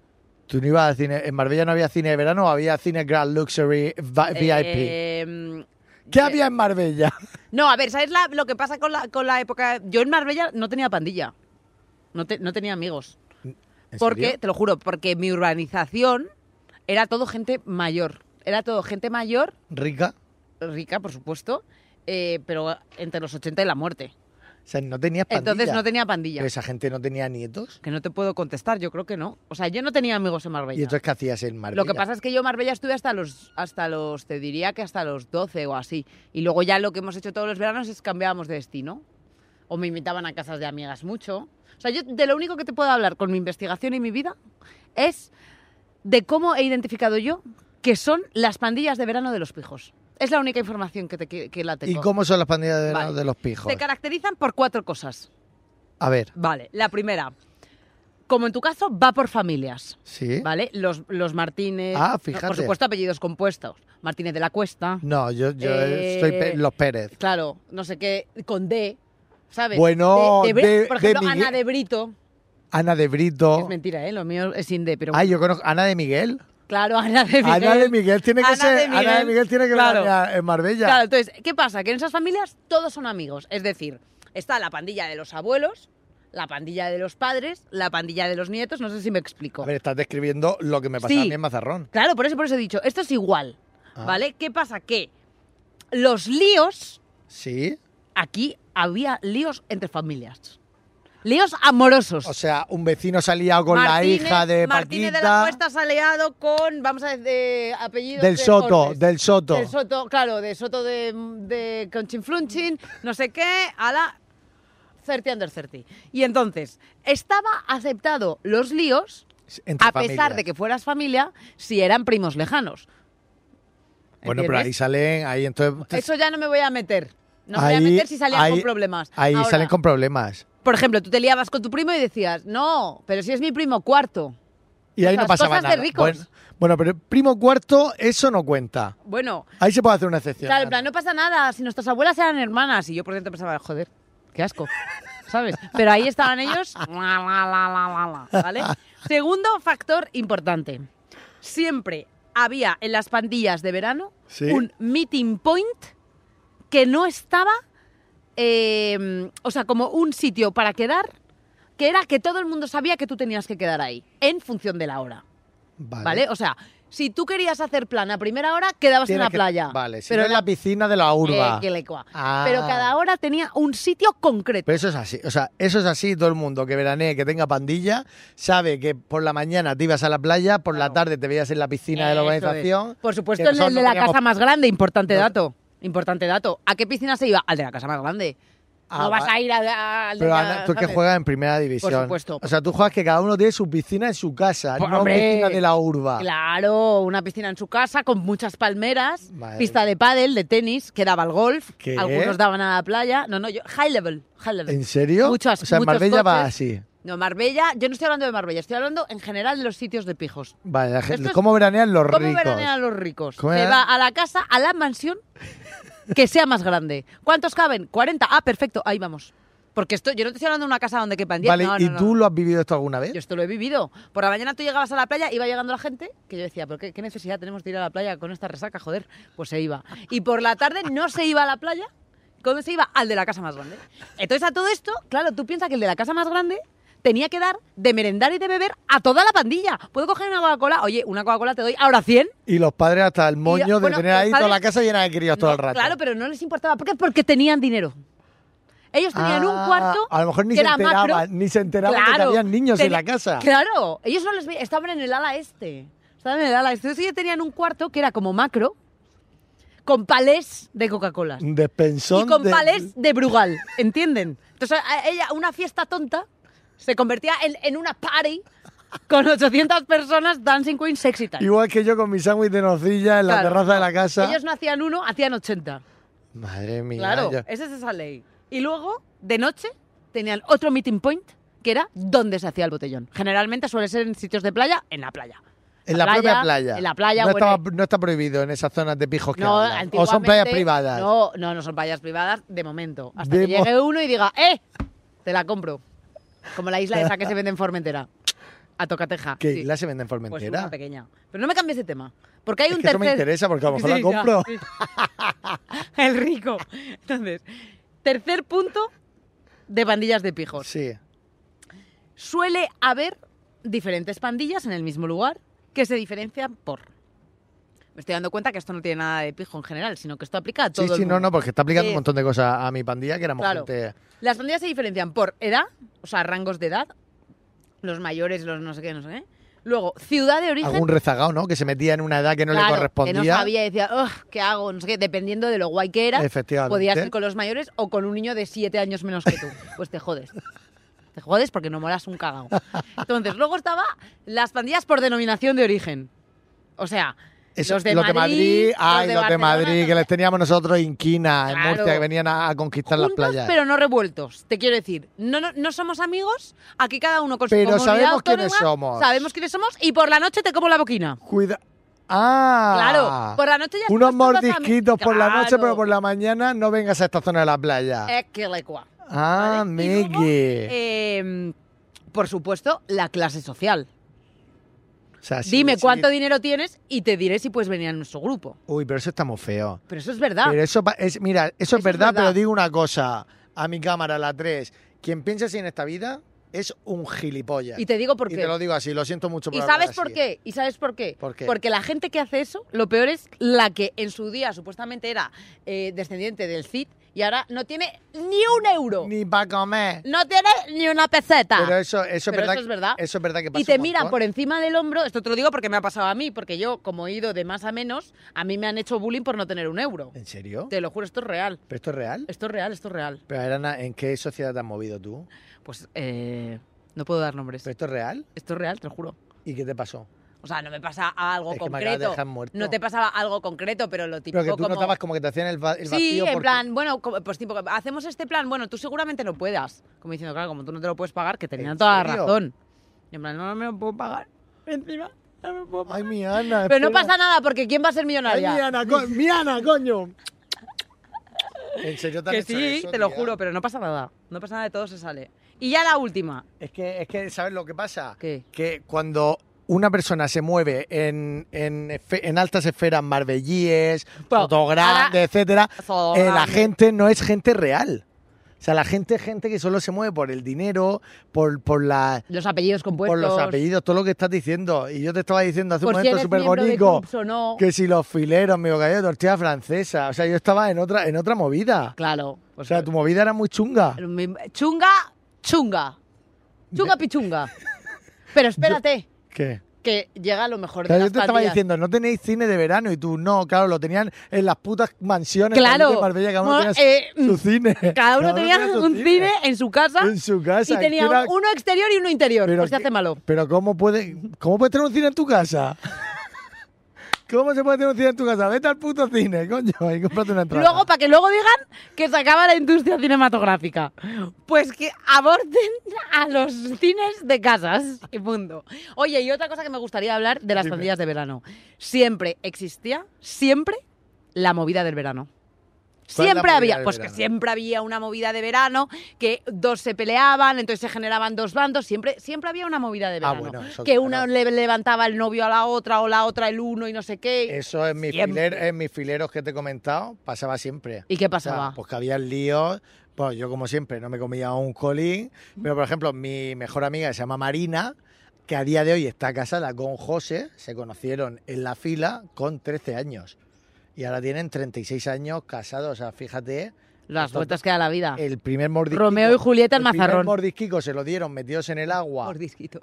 [SPEAKER 2] Tú no ibas a cine. En Marbella no había cine de verano, había cine Grand Luxury va- VIP.
[SPEAKER 3] Eh, mm,
[SPEAKER 2] ¿Qué había en Marbella?
[SPEAKER 3] no, a ver, ¿sabes la- lo que pasa con la, con la época? Yo en Marbella no tenía pandilla. No, te- no tenía amigos.
[SPEAKER 2] ¿En
[SPEAKER 3] Porque,
[SPEAKER 2] serio?
[SPEAKER 3] te lo juro, porque mi urbanización era todo gente mayor. Era todo gente mayor,
[SPEAKER 2] Rica.
[SPEAKER 3] rica, por supuesto, eh, pero entre los 80 y la muerte.
[SPEAKER 2] O sea, no tenías pandilla.
[SPEAKER 3] Entonces no tenía pandilla.
[SPEAKER 2] Pero esa gente no tenía nietos.
[SPEAKER 3] Que no te puedo contestar, yo creo que no. O sea, yo no tenía amigos en Marbella.
[SPEAKER 2] ¿Y entonces qué hacías en Marbella?
[SPEAKER 3] Lo que pasa es que yo en Marbella estuve hasta los, hasta los, te diría que hasta los 12 o así. Y luego ya lo que hemos hecho todos los veranos es cambiábamos de destino. O me invitaban a casas de amigas mucho. O sea, yo de lo único que te puedo hablar con mi investigación y mi vida es de cómo he identificado yo que son las pandillas de verano de los pijos. Es la única información que, te, que, que la tengo.
[SPEAKER 2] ¿Y cómo son las pandillas de verano
[SPEAKER 3] Vale.
[SPEAKER 2] de los pijos?
[SPEAKER 3] Se caracterizan por cuatro cosas.
[SPEAKER 2] A ver,
[SPEAKER 3] Vale, la primera, como en tu caso, va por familias.
[SPEAKER 2] ¿sí?
[SPEAKER 3] ¿Vale? Los, los Martínez.
[SPEAKER 2] Ah,
[SPEAKER 3] no,
[SPEAKER 2] fíjate. Mm.
[SPEAKER 3] Por supuesto, apellidos compuestos. Martínez de la Cuesta.
[SPEAKER 2] No, yo, yo
[SPEAKER 3] Eh,
[SPEAKER 2] soy Pe- los Pérez.
[SPEAKER 3] Claro, no sé qué. Con D. ¿Sabes?
[SPEAKER 2] Bueno,
[SPEAKER 3] De- de Bre-
[SPEAKER 2] de-
[SPEAKER 3] por
[SPEAKER 2] de
[SPEAKER 3] ejemplo,
[SPEAKER 2] Miguel-
[SPEAKER 3] Ana de Brito.
[SPEAKER 2] Ana de Brito.
[SPEAKER 3] Es mentira, ¿eh? Lo mío es sin D, pero.
[SPEAKER 2] Ah, yo conozco Ana de Miguel.
[SPEAKER 3] Claro, Ana de Miguel.
[SPEAKER 2] Ana de Miguel tiene que
[SPEAKER 3] Ana
[SPEAKER 2] ser.
[SPEAKER 3] de
[SPEAKER 2] Ana de
[SPEAKER 3] Miguel,
[SPEAKER 2] Miguel tiene que
[SPEAKER 3] claro.
[SPEAKER 2] ver en Marbella.
[SPEAKER 3] Claro, entonces, ¿qué pasa? Que en esas familias todos son amigos. Es decir, está la pandilla de los abuelos, la pandilla de los padres, la pandilla de los nietos. No sé si me explico.
[SPEAKER 2] A ver, estás describiendo lo que me pasaba a
[SPEAKER 3] Sí.
[SPEAKER 2] mí en Mazarrón.
[SPEAKER 3] Claro, por eso, por eso he dicho, esto es igual.
[SPEAKER 2] Ah.
[SPEAKER 3] ¿Vale? ¿Qué pasa? Que los líos
[SPEAKER 2] Sí.
[SPEAKER 3] aquí había líos entre familias. Líos amorosos.
[SPEAKER 2] O sea, un vecino salía con
[SPEAKER 3] Martínez-
[SPEAKER 2] la hija de
[SPEAKER 3] Martínez
[SPEAKER 2] Paquita.
[SPEAKER 3] de la Cuesta se ha aliado con, vamos a decir, apellidos
[SPEAKER 2] del,
[SPEAKER 3] de
[SPEAKER 2] Soto,
[SPEAKER 3] Cortes.
[SPEAKER 2] del Soto,
[SPEAKER 3] Del Soto, claro, de Soto de, de Conchinflunchin, no sé qué, a la Certi under Certi. Y entonces, estaba aceptado los líos,
[SPEAKER 2] Entre
[SPEAKER 3] a pesar
[SPEAKER 2] familias.
[SPEAKER 3] de que fueras familia, si eran primos lejanos.
[SPEAKER 2] Bueno, pero
[SPEAKER 3] ¿Entiendes?
[SPEAKER 2] ahí salen, ahí entonces.
[SPEAKER 3] Eso ya no me voy a meter. No me
[SPEAKER 2] ahí,
[SPEAKER 3] voy a meter si salían
[SPEAKER 2] ahí-
[SPEAKER 3] con problemas.
[SPEAKER 2] Ahí
[SPEAKER 3] Ahora,
[SPEAKER 2] salen con problemas.
[SPEAKER 3] Por ejemplo, tú te liabas con tu primo y decías, no, pero si es mi primo cuarto.
[SPEAKER 2] Y ahí
[SPEAKER 3] Cosas-
[SPEAKER 2] no pasaba
[SPEAKER 3] cosas
[SPEAKER 2] nada.
[SPEAKER 3] de ricos.
[SPEAKER 2] Bueno, bueno, pero primo cuarto, eso no cuenta.
[SPEAKER 3] Bueno,
[SPEAKER 2] Ahí se puede hacer una excepción.
[SPEAKER 3] claro, en plan, no pasa nada, si nuestras abuelas eran hermanas. Y yo por dentro pensaba, joder, qué asco, ¿sabes? Pero ahí estaban ellos, la, la, la, la, la, la, ¿vale? Segundo factor importante. Siempre había en las pandillas de verano
[SPEAKER 2] Sí.
[SPEAKER 3] un meeting point que no estaba, eh, o sea, como un sitio para quedar, que era que todo el mundo sabía que tú tenías que quedar ahí, en función de la hora.
[SPEAKER 2] Vale.
[SPEAKER 3] ¿Vale? O sea, si tú querías hacer plan a primera hora, quedabas
[SPEAKER 2] Tiene
[SPEAKER 3] en la
[SPEAKER 2] que-
[SPEAKER 3] playa.
[SPEAKER 2] Vale, si
[SPEAKER 3] pero
[SPEAKER 2] no en la piscina de la urba.
[SPEAKER 3] eh, que le cua.
[SPEAKER 2] Ah.
[SPEAKER 3] Pero cada hora tenía un sitio concreto.
[SPEAKER 2] Pero eso es así, o sea, eso es así, todo el mundo que veranee, que tenga pandilla, sabe que por la mañana te ibas a la playa, por la
[SPEAKER 3] Claro.
[SPEAKER 2] tarde te veías en la piscina de la
[SPEAKER 3] Eso
[SPEAKER 2] organización.
[SPEAKER 3] es. Por supuesto,
[SPEAKER 2] que
[SPEAKER 3] en el
[SPEAKER 2] nosotros
[SPEAKER 3] de la
[SPEAKER 2] teníamos-
[SPEAKER 3] casa más grande, importante
[SPEAKER 2] No-
[SPEAKER 3] dato. Importante dato. ¿A qué piscina se iba? Al de la casa más grande.
[SPEAKER 2] Ah,
[SPEAKER 3] no vas
[SPEAKER 2] va-
[SPEAKER 3] a ir a- a- al de
[SPEAKER 2] Pero
[SPEAKER 3] la-
[SPEAKER 2] Ana, tú que
[SPEAKER 3] ¿sabes?
[SPEAKER 2] juegas en primera división.
[SPEAKER 3] supuesto.
[SPEAKER 2] O sea, tú juegas que cada uno tiene su piscina en su casa,
[SPEAKER 3] Pues,
[SPEAKER 2] no
[SPEAKER 3] hombre,
[SPEAKER 2] piscina de la urba.
[SPEAKER 3] Claro, una piscina en su casa con muchas palmeras,
[SPEAKER 2] Madre
[SPEAKER 3] pista de pádel, de tenis, que daba al golf,
[SPEAKER 2] ¿Qué?
[SPEAKER 3] algunos daban a la playa. No, no, yo high level, high level.
[SPEAKER 2] ¿En serio?
[SPEAKER 3] Muchas-
[SPEAKER 2] o sea, en
[SPEAKER 3] muchos
[SPEAKER 2] Marbella va
[SPEAKER 3] coches.
[SPEAKER 2] así.
[SPEAKER 3] No, Marbella, yo no estoy hablando de Marbella, estoy hablando en general de los sitios de pijos.
[SPEAKER 2] Vale, la gente-
[SPEAKER 3] Esto es-
[SPEAKER 2] ¿cómo veranean los
[SPEAKER 3] ¿Cómo
[SPEAKER 2] ricos?
[SPEAKER 3] veranean los ricos?
[SPEAKER 2] ¿Cómo
[SPEAKER 3] Se
[SPEAKER 2] era?
[SPEAKER 3] va a la casa, a la mansión que sea más grande. ¿Cuántos caben? 40. Ah, perfecto, ahí vamos. Porque esto, yo no te estoy hablando de una casa donde quepan 10.
[SPEAKER 2] Vale,
[SPEAKER 3] no,
[SPEAKER 2] ¿y
[SPEAKER 3] no, no.
[SPEAKER 2] tú lo has vivido esto alguna vez?
[SPEAKER 3] Yo esto lo he vivido. Por la mañana tú llegabas a la playa, iba llegando la gente, que yo decía, ¿pero qué, qué necesidad tenemos de ir a la playa con esta resaca? Joder, pues se iba. Y por la tarde no se iba a la playa, ¿cómo se iba? Al de la casa más grande. Entonces a todo esto, claro, tú piensas que el de la casa más grande tenía que dar de merendar y de beber a toda la pandilla. ¿Puedo coger una Coca-Cola? Oye, una Coca-Cola te doy ahora 100.
[SPEAKER 2] Y los padres hasta el moño de
[SPEAKER 3] bueno,
[SPEAKER 2] tener
[SPEAKER 3] los
[SPEAKER 2] ahí toda la
[SPEAKER 3] padres-
[SPEAKER 2] casa llena de críos todo
[SPEAKER 3] No,
[SPEAKER 2] el rato.
[SPEAKER 3] Claro, pero no les importaba. ¿Por qué? Porque tenían dinero. Ellos tenían un
[SPEAKER 2] Ah,
[SPEAKER 3] cuarto.
[SPEAKER 2] A lo mejor ni se
[SPEAKER 3] que era
[SPEAKER 2] enteraban,
[SPEAKER 3] macro.
[SPEAKER 2] ni se enteraban que
[SPEAKER 3] Claro,
[SPEAKER 2] había niños en
[SPEAKER 3] teni-
[SPEAKER 2] la casa.
[SPEAKER 3] Claro, ellos no les veían. Estaban en el ala este. Estaban en el ala este. Entonces ellos tenían un cuarto que era como macro, con palés de Coca-Cola.
[SPEAKER 2] Un despensón
[SPEAKER 3] Y con
[SPEAKER 2] Mm, de-
[SPEAKER 3] palés de Brugal, ¿entienden? Entonces a- ella, una fiesta tonta, se convertía en, en una party con 800 personas Dancing Queen Sexy Time.
[SPEAKER 2] Igual que yo con mi sándwich de nocilla en la
[SPEAKER 3] Claro.
[SPEAKER 2] terraza de la casa.
[SPEAKER 3] Ellos no hacían uno, hacían 80.
[SPEAKER 2] Madre mía.
[SPEAKER 3] Claro,
[SPEAKER 2] yo-
[SPEAKER 3] esa es esa ley. Y luego, de noche, tenían otro meeting point que era donde se hacía el botellón. Generalmente suele ser en sitios de playa, en la playa.
[SPEAKER 2] En la propia playa.
[SPEAKER 3] En la playa.
[SPEAKER 2] No,
[SPEAKER 3] bueno,
[SPEAKER 2] estaba- no está prohibido en esas zonas de pijos que
[SPEAKER 3] no,
[SPEAKER 2] hablan. O son playas
[SPEAKER 3] antiguamente,
[SPEAKER 2] privadas.
[SPEAKER 3] No, no, no son playas privadas de momento. Hasta
[SPEAKER 2] De
[SPEAKER 3] que
[SPEAKER 2] mo-
[SPEAKER 3] llegue uno y diga, ¡eh! Te la compro. Como la isla esa que se vende en Formentera. A Tocateja.
[SPEAKER 2] Que
[SPEAKER 3] sí.
[SPEAKER 2] la se vende en
[SPEAKER 3] Pues
[SPEAKER 2] Formentera.
[SPEAKER 3] una pequeña. Pero no me cambies de tema. Porque hay
[SPEAKER 2] Es
[SPEAKER 3] un
[SPEAKER 2] que eso
[SPEAKER 3] tercer...
[SPEAKER 2] me interesa, porque a lo mejor la
[SPEAKER 3] Sí,
[SPEAKER 2] compro.
[SPEAKER 3] ya, sí. El rico. Entonces, tercer punto de pandillas de pijos.
[SPEAKER 2] Sí.
[SPEAKER 3] Suele haber diferentes pandillas en el mismo lugar que se diferencian por. Me estoy dando cuenta que esto no tiene nada de pijo en general, sino que esto aplica a todo.
[SPEAKER 2] Sí,
[SPEAKER 3] el
[SPEAKER 2] sí, no,
[SPEAKER 3] mundo.
[SPEAKER 2] no, porque está aplicando
[SPEAKER 3] Sí.
[SPEAKER 2] un montón de cosas a mi pandilla que éramos
[SPEAKER 3] Claro.
[SPEAKER 2] gente.
[SPEAKER 3] Las pandillas se diferencian por edad, o sea, rangos de edad, los mayores, los no sé qué, no sé qué. Luego, ciudad de origen.
[SPEAKER 2] Algún rezagado, ¿no? Que se metía en una edad que no
[SPEAKER 3] Claro,
[SPEAKER 2] le correspondía.
[SPEAKER 3] Que no sabía y decía, "Ugh, ¿qué hago? No sé qué, dependiendo de lo guay que era.
[SPEAKER 2] Efectivamente.
[SPEAKER 3] Podías ir con los mayores o con un niño de siete años menos que tú. Pues te jodes. Te jodes porque no molas un cagao. Entonces, luego estaba las pandillas por denominación de origen. O sea,
[SPEAKER 2] Eso,
[SPEAKER 3] los de
[SPEAKER 2] lo
[SPEAKER 3] Madrid,
[SPEAKER 2] que Madrid, ay,
[SPEAKER 3] los de,
[SPEAKER 2] los de
[SPEAKER 3] Barcelona,
[SPEAKER 2] Madrid, que les teníamos nosotros inquina en
[SPEAKER 3] Claro.
[SPEAKER 2] Murcia, que venían a, a conquistar las
[SPEAKER 3] juntos,
[SPEAKER 2] playas.
[SPEAKER 3] pero no revueltos. Te quiero decir, no, no, no somos amigos, aquí cada uno con
[SPEAKER 2] Pero
[SPEAKER 3] su comunidad
[SPEAKER 2] sabemos quiénes
[SPEAKER 3] autónoma,
[SPEAKER 2] somos.
[SPEAKER 3] Sabemos quiénes somos y por la noche te como la boquina.
[SPEAKER 2] Cuida. Ah,
[SPEAKER 3] Claro, por la noche ya
[SPEAKER 2] Unos
[SPEAKER 3] estamos todos
[SPEAKER 2] mordisquitos por la noche,
[SPEAKER 3] Claro.
[SPEAKER 2] pero por la mañana no vengas a esta zona de la playa.
[SPEAKER 3] Es que le cua.
[SPEAKER 2] ah,
[SPEAKER 3] ¿vale? Y luego,
[SPEAKER 2] Miguel.
[SPEAKER 3] eh, por supuesto, la clase social.
[SPEAKER 2] O sea, sí,
[SPEAKER 3] Dime
[SPEAKER 2] sí.
[SPEAKER 3] cuánto dinero tienes y te diré si puedes venir a nuestro grupo.
[SPEAKER 2] Uy, pero eso está muy feo.
[SPEAKER 3] Pero eso es verdad.
[SPEAKER 2] Pero eso pa- es, mira, eso,
[SPEAKER 3] Ah. es
[SPEAKER 2] es verdad,
[SPEAKER 3] verdad.
[SPEAKER 2] pero digo una cosa a mi cámara, la 3. Quien piensa así en esta vida es un gilipollas.
[SPEAKER 3] y te digo por
[SPEAKER 2] Y
[SPEAKER 3] qué.
[SPEAKER 2] te lo digo así, lo siento mucho por
[SPEAKER 3] ¿Y
[SPEAKER 2] hablar
[SPEAKER 3] sabes por
[SPEAKER 2] así.
[SPEAKER 3] qué? ¿Y sabes por qué?
[SPEAKER 2] ¿Por qué?
[SPEAKER 3] Porque la gente que hace eso, lo peor es la que en su día supuestamente era eh, descendiente del CID y ahora no tiene ni un euro.
[SPEAKER 2] Ni para comer.
[SPEAKER 3] No tiene ni una peseta.
[SPEAKER 2] Pero eso, eso,
[SPEAKER 3] Pero
[SPEAKER 2] verdad,
[SPEAKER 3] eso es verdad.
[SPEAKER 2] Eso es verdad que pasa
[SPEAKER 3] y te
[SPEAKER 2] un
[SPEAKER 3] miran
[SPEAKER 2] montón.
[SPEAKER 3] por encima del hombro, esto te lo digo porque me ha pasado a mí, porque yo como he ido de más a menos, a mí me han hecho bullying por no tener un euro.
[SPEAKER 2] ¿En serio?
[SPEAKER 3] Te lo juro, esto es real.
[SPEAKER 2] ¿Pero esto es real?
[SPEAKER 3] Esto es real, esto es real.
[SPEAKER 2] Pero Arana, ¿en qué sociedad te has movido tú?
[SPEAKER 3] Pues eh, no puedo dar nombres.
[SPEAKER 2] ¿Pero esto es real?
[SPEAKER 3] Esto es real, te lo juro.
[SPEAKER 2] ¿Y qué te pasó?
[SPEAKER 3] O sea, no me pasa algo
[SPEAKER 2] Es que me acabas de
[SPEAKER 3] concreto.
[SPEAKER 2] dejar muerto.
[SPEAKER 3] no te pasaba algo concreto, pero lo
[SPEAKER 2] Pero
[SPEAKER 3] típico
[SPEAKER 2] que tú
[SPEAKER 3] como...
[SPEAKER 2] notabas como que te hacían el, va- el
[SPEAKER 3] sí,
[SPEAKER 2] vacío
[SPEAKER 3] en
[SPEAKER 2] porque-
[SPEAKER 3] plan, bueno, como- pues tipo, hacemos este plan, bueno, tú seguramente no puedas. Como diciendo, claro, como tú no te lo puedes pagar, que tenían
[SPEAKER 2] ¿En
[SPEAKER 3] toda la
[SPEAKER 2] serio?
[SPEAKER 3] razón. Y en plan, no, no me lo puedo pagar. Encima, no me lo puedo pagar.
[SPEAKER 2] Ay, mi Ana.
[SPEAKER 3] Pero no
[SPEAKER 2] espera.
[SPEAKER 3] pasa nada, porque ¿quién va a
[SPEAKER 2] Ah,
[SPEAKER 3] ser
[SPEAKER 2] Ay, mi
[SPEAKER 3] millonaria?
[SPEAKER 2] Ana, co- mi Ana, coño. ¿En serio te han
[SPEAKER 3] Que
[SPEAKER 2] hecho
[SPEAKER 3] sí,
[SPEAKER 2] eso,
[SPEAKER 3] te lo
[SPEAKER 2] tía?
[SPEAKER 3] juro, pero no pasa nada. No pasa nada, de todo se sale. Y ya la última.
[SPEAKER 2] Es que, es que, ¿sabes lo que pasa?
[SPEAKER 3] ¿Qué?
[SPEAKER 2] Que cuando una persona se mueve en, en, esfe- en altas esferas marbellíes,
[SPEAKER 3] Bueno, ahora-
[SPEAKER 2] fotogrande, etcétera, eh, la
[SPEAKER 3] Fotogrande.
[SPEAKER 2] gente no es gente real. O sea, la gente es gente que solo se mueve por el dinero, por, por, la,
[SPEAKER 3] Los apellidos compuestos.
[SPEAKER 2] por los apellidos, todo lo que estás diciendo. Y yo te estaba diciendo hace
[SPEAKER 3] por
[SPEAKER 2] un
[SPEAKER 3] si
[SPEAKER 2] momento
[SPEAKER 3] eres
[SPEAKER 2] súper
[SPEAKER 3] miembro de
[SPEAKER 2] bonito
[SPEAKER 3] clubs o no.
[SPEAKER 2] que si los fileros, mi bocadillo de tortilla francesa. O sea, yo estaba en otra, en otra movida.
[SPEAKER 3] Claro.
[SPEAKER 2] O sea, tu movida era muy chunga.
[SPEAKER 3] Chunga, chunga. Chunga pichunga. Pero espérate,
[SPEAKER 2] ¿Qué?
[SPEAKER 3] que llega lo mejor de
[SPEAKER 2] Claro,
[SPEAKER 3] las
[SPEAKER 2] yo te estaba
[SPEAKER 3] pandillas.
[SPEAKER 2] diciendo, no tenéis cine de verano y tú no, claro, lo tenían en las putas mansiones
[SPEAKER 3] Claro.
[SPEAKER 2] de Marbella, cada uno
[SPEAKER 3] Bueno,
[SPEAKER 2] tenía
[SPEAKER 3] eh,
[SPEAKER 2] su, su cine.
[SPEAKER 3] Cada uno tenía
[SPEAKER 2] su
[SPEAKER 3] un cine en su casa.
[SPEAKER 2] en su casa.
[SPEAKER 3] Y tenía
[SPEAKER 2] que era-
[SPEAKER 3] uno exterior y uno interior.
[SPEAKER 2] Pero
[SPEAKER 3] pues se
[SPEAKER 2] qué-
[SPEAKER 3] hace malo.
[SPEAKER 2] Pero ¿cómo puede, cómo puedes tener un cine en tu casa? ¿Cómo se puede tener un cine en tu casa? Vete al puto cine, coño, y cómprate una entrada.
[SPEAKER 3] Luego, para que luego digan que se acaba la industria cinematográfica. Pues que aborten a los cines de casas. Y punto. Oye, y otra cosa que me gustaría hablar de las
[SPEAKER 2] Dime.
[SPEAKER 3] pandillas de verano. Siempre existía, siempre, la movida del verano.
[SPEAKER 2] ¿Cuál es la
[SPEAKER 3] Siempre
[SPEAKER 2] movida
[SPEAKER 3] había,
[SPEAKER 2] del
[SPEAKER 3] pues que
[SPEAKER 2] verano?
[SPEAKER 3] siempre había una movida de verano, que dos se peleaban, entonces se generaban dos bandos, siempre, siempre había una movida de
[SPEAKER 2] Ah,
[SPEAKER 3] verano.
[SPEAKER 2] bueno, eso
[SPEAKER 3] que
[SPEAKER 2] claro.
[SPEAKER 3] una le levantaba el novio a la otra o la otra el uno y no sé qué.
[SPEAKER 2] Eso en mis,
[SPEAKER 3] Siempre.
[SPEAKER 2] filer- en mis fileros que te he comentado pasaba siempre.
[SPEAKER 3] ¿Y qué
[SPEAKER 2] O sea,
[SPEAKER 3] pasaba?
[SPEAKER 2] pues que había líos. Bueno, yo como siempre no me comía un colín, pero por ejemplo mi mejor amiga que se llama Marina, que a día de hoy está casada con José, se conocieron en la fila con 13 años. Y ahora tienen 36 años casados, o sea, fíjate,
[SPEAKER 3] Las
[SPEAKER 2] Entonces,
[SPEAKER 3] vueltas que da la vida.
[SPEAKER 2] el primer mordisquico...
[SPEAKER 3] Ah. Romeo y Julieta el mazarrón.
[SPEAKER 2] primer mordisquico se lo dieron metidos en el agua.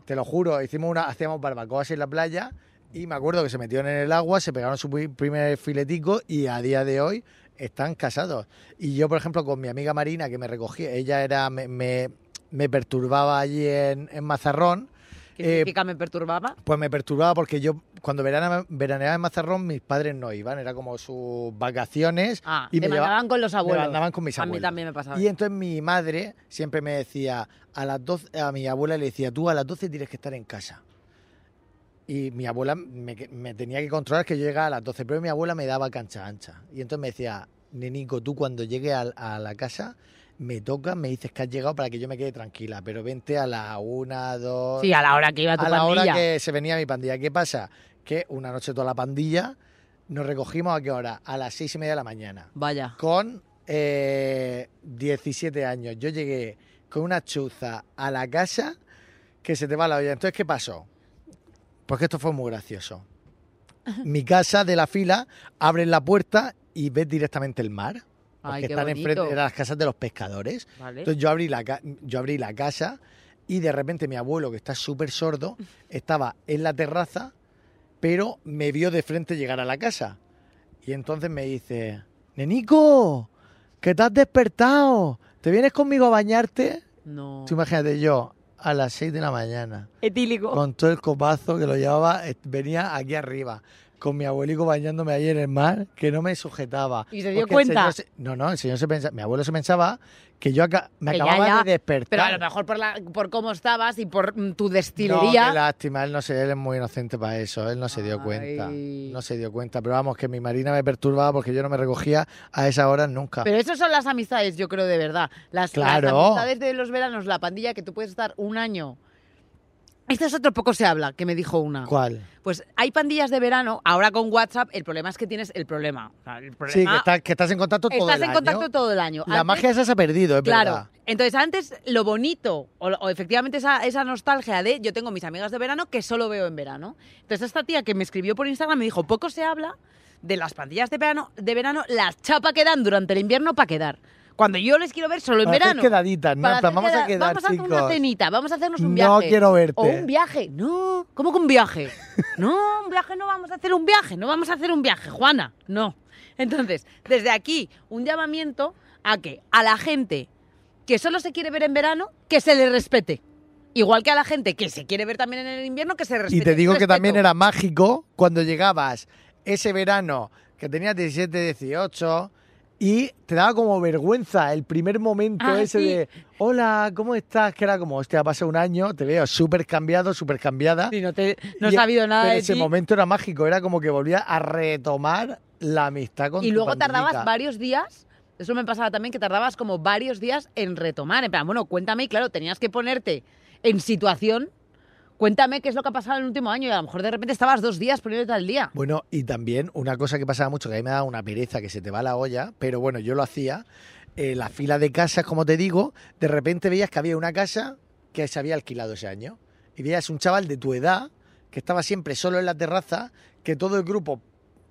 [SPEAKER 2] Te lo juro, hicimos una, hacíamos barbacoas en la playa y me acuerdo que se metieron en el agua, se pegaron su pri- primer filetico y a día de hoy están casados. Y yo, por ejemplo, con mi amiga Marina, que me recogía, ella era, me, me- me perturbaba allí en, en Mazarrón,
[SPEAKER 3] ¿Qué
[SPEAKER 2] Eh,
[SPEAKER 3] significa me perturbaba?
[SPEAKER 2] pues me perturbaba porque yo, cuando verana- veraneaba en Mazarrón, mis padres no iban, era como sus vacaciones.
[SPEAKER 3] Ah,
[SPEAKER 2] y
[SPEAKER 3] te
[SPEAKER 2] lleva-
[SPEAKER 3] mandaban con los
[SPEAKER 2] me
[SPEAKER 3] abuelos.
[SPEAKER 2] mandaban con mis
[SPEAKER 3] a mí
[SPEAKER 2] abuelos.
[SPEAKER 3] también me pasaba.
[SPEAKER 2] Y entonces mi madre siempre me decía, a las 12, a mi abuela le decía, tú a las 12 tienes que estar en casa. Y mi abuela me, que- me tenía que controlar que yo llegara a las 12, pero mi abuela me daba cancha ancha. Y entonces me decía, nenico, tú cuando llegues al- a, la casa, me tocas, me dices que has llegado para que yo me quede tranquila, pero vente a las 1, 2,
[SPEAKER 3] Sí, a la hora que iba tu
[SPEAKER 2] a la hora
[SPEAKER 3] pandilla.
[SPEAKER 2] que se venía mi pandilla. ¿Qué pasa? Que una noche toda la pandilla nos recogimos a qué hora? A las 6 y media de la mañana
[SPEAKER 3] Vaya.
[SPEAKER 2] con eh, 17 años. Yo llegué con una chuza a la casa que se te va la olla. Entonces, ¿qué pasó? Porque esto fue muy gracioso. Mi casa de la fila, abres la puerta y ves directamente el mar. Porque
[SPEAKER 3] Ay, qué
[SPEAKER 2] están
[SPEAKER 3] bonito.
[SPEAKER 2] enfrente de las casas de los pescadores.
[SPEAKER 3] Vale.
[SPEAKER 2] Entonces yo abrí la, ca- yo abrí la casa y de repente mi abuelo, que está súper sordo, estaba en la terraza, pero me vio de frente llegar a la casa. Y entonces me dice, Nenico, que te has despertado, ¿te vienes conmigo a bañarte?
[SPEAKER 3] No.
[SPEAKER 2] Tú imagínate yo, a las 6 de la mañana,
[SPEAKER 3] Etílico.
[SPEAKER 2] con todo el copazo que lo llevaba, eh, venía aquí arriba. Con mi abuelico bañándome ahí en el mar, que no me sujetaba.
[SPEAKER 3] ¿Y se dio
[SPEAKER 2] Porque el
[SPEAKER 3] cuenta?
[SPEAKER 2] señor se- no, no, el señor se pensaba, mi abuelo se pensaba que yo aca- me
[SPEAKER 3] Que ya,
[SPEAKER 2] acababa
[SPEAKER 3] ya.
[SPEAKER 2] de despertar.
[SPEAKER 3] Pero a lo mejor por, la, por cómo estabas y por mm, tu
[SPEAKER 2] No,
[SPEAKER 3] destilería.
[SPEAKER 2] qué lástima, él no sé, él es muy inocente para eso, él no se dio
[SPEAKER 3] Ay.
[SPEAKER 2] cuenta. No se dio cuenta, pero vamos, que mi marina me perturbaba porque yo no me recogía a esa hora nunca.
[SPEAKER 3] Pero esas son las amistades, yo creo, de verdad. Las, las
[SPEAKER 2] Claro.
[SPEAKER 3] amistades de los veranos, la pandilla, que tú puedes estar un año. Esto es otro poco se habla, que me dijo una.
[SPEAKER 2] ¿Cuál?
[SPEAKER 3] Pues hay pandillas de verano, ahora con WhatsApp, el problema es que tienes el problema. O sea, el problema
[SPEAKER 2] Sí, que, estás- que estás en contacto todo
[SPEAKER 3] estás
[SPEAKER 2] el
[SPEAKER 3] en
[SPEAKER 2] año.
[SPEAKER 3] contacto todo el año.
[SPEAKER 2] La
[SPEAKER 3] Antes-
[SPEAKER 2] magia esa se ha perdido, es
[SPEAKER 3] Claro.
[SPEAKER 2] verdad.
[SPEAKER 3] Entonces, antes lo bonito, o, o efectivamente esa, esa nostalgia de yo tengo mis amigas de verano que solo veo en verano. Entonces, esta tía que me escribió por Instagram me dijo: poco se habla de las pandillas de verano, de verano la chapa que dan durante el invierno para quedar. Cuando yo les quiero ver solo en
[SPEAKER 2] Para hacer
[SPEAKER 3] verano.
[SPEAKER 2] quedaditas, ¿no?
[SPEAKER 3] Para
[SPEAKER 2] En
[SPEAKER 3] hacer
[SPEAKER 2] plan, vamos a
[SPEAKER 3] queda-
[SPEAKER 2] quedar,
[SPEAKER 3] Vamos a hacer una
[SPEAKER 2] chicos.
[SPEAKER 3] cenita, vamos a hacernos
[SPEAKER 2] No
[SPEAKER 3] un viaje.
[SPEAKER 2] quiero verte.
[SPEAKER 3] O un viaje. No, ¿cómo que un viaje? No, un viaje no vamos a hacer un viaje, no vamos a hacer un viaje, Juana, no. Entonces, desde aquí, un llamamiento a que a la gente que solo se quiere ver en verano, que se le respete. Igual que a la gente que se quiere ver también en el invierno, que se respete.
[SPEAKER 2] Y te digo que
[SPEAKER 3] Respeto.
[SPEAKER 2] también era mágico cuando llegabas ese verano que tenías 17, 18 y te daba como vergüenza el primer momento
[SPEAKER 3] Ah,
[SPEAKER 2] ese
[SPEAKER 3] sí.
[SPEAKER 2] de hola, ¿cómo estás? Que era como, hostia, pasa un año, te veo súper cambiado, súper cambiada.
[SPEAKER 3] Sí, no, te- no he
[SPEAKER 2] Y- e,
[SPEAKER 3] sabido nada
[SPEAKER 2] pero
[SPEAKER 3] de
[SPEAKER 2] ese
[SPEAKER 3] ti.
[SPEAKER 2] momento era mágico, era como que volvía a retomar la amistad con
[SPEAKER 3] y
[SPEAKER 2] tu
[SPEAKER 3] luego tardabas
[SPEAKER 2] pandillica.
[SPEAKER 3] varios días. Eso me pasaba también, que tardabas como varios días en retomar. En plan, bueno, cuéntame, y claro, tenías que ponerte en situación. Cuéntame qué es lo que ha pasado en el último año. Y a lo mejor de repente estabas dos días poniéndote al día.
[SPEAKER 2] Bueno, y también una cosa que pasaba mucho, que a mí me daba una pereza, que se te va la olla, pero bueno, yo lo hacía. eh, la fila de casas, como te digo, de repente veías que había una casa que se había alquilado ese año. Y veías un chaval de tu edad, que estaba siempre solo en la terraza, que todo el grupo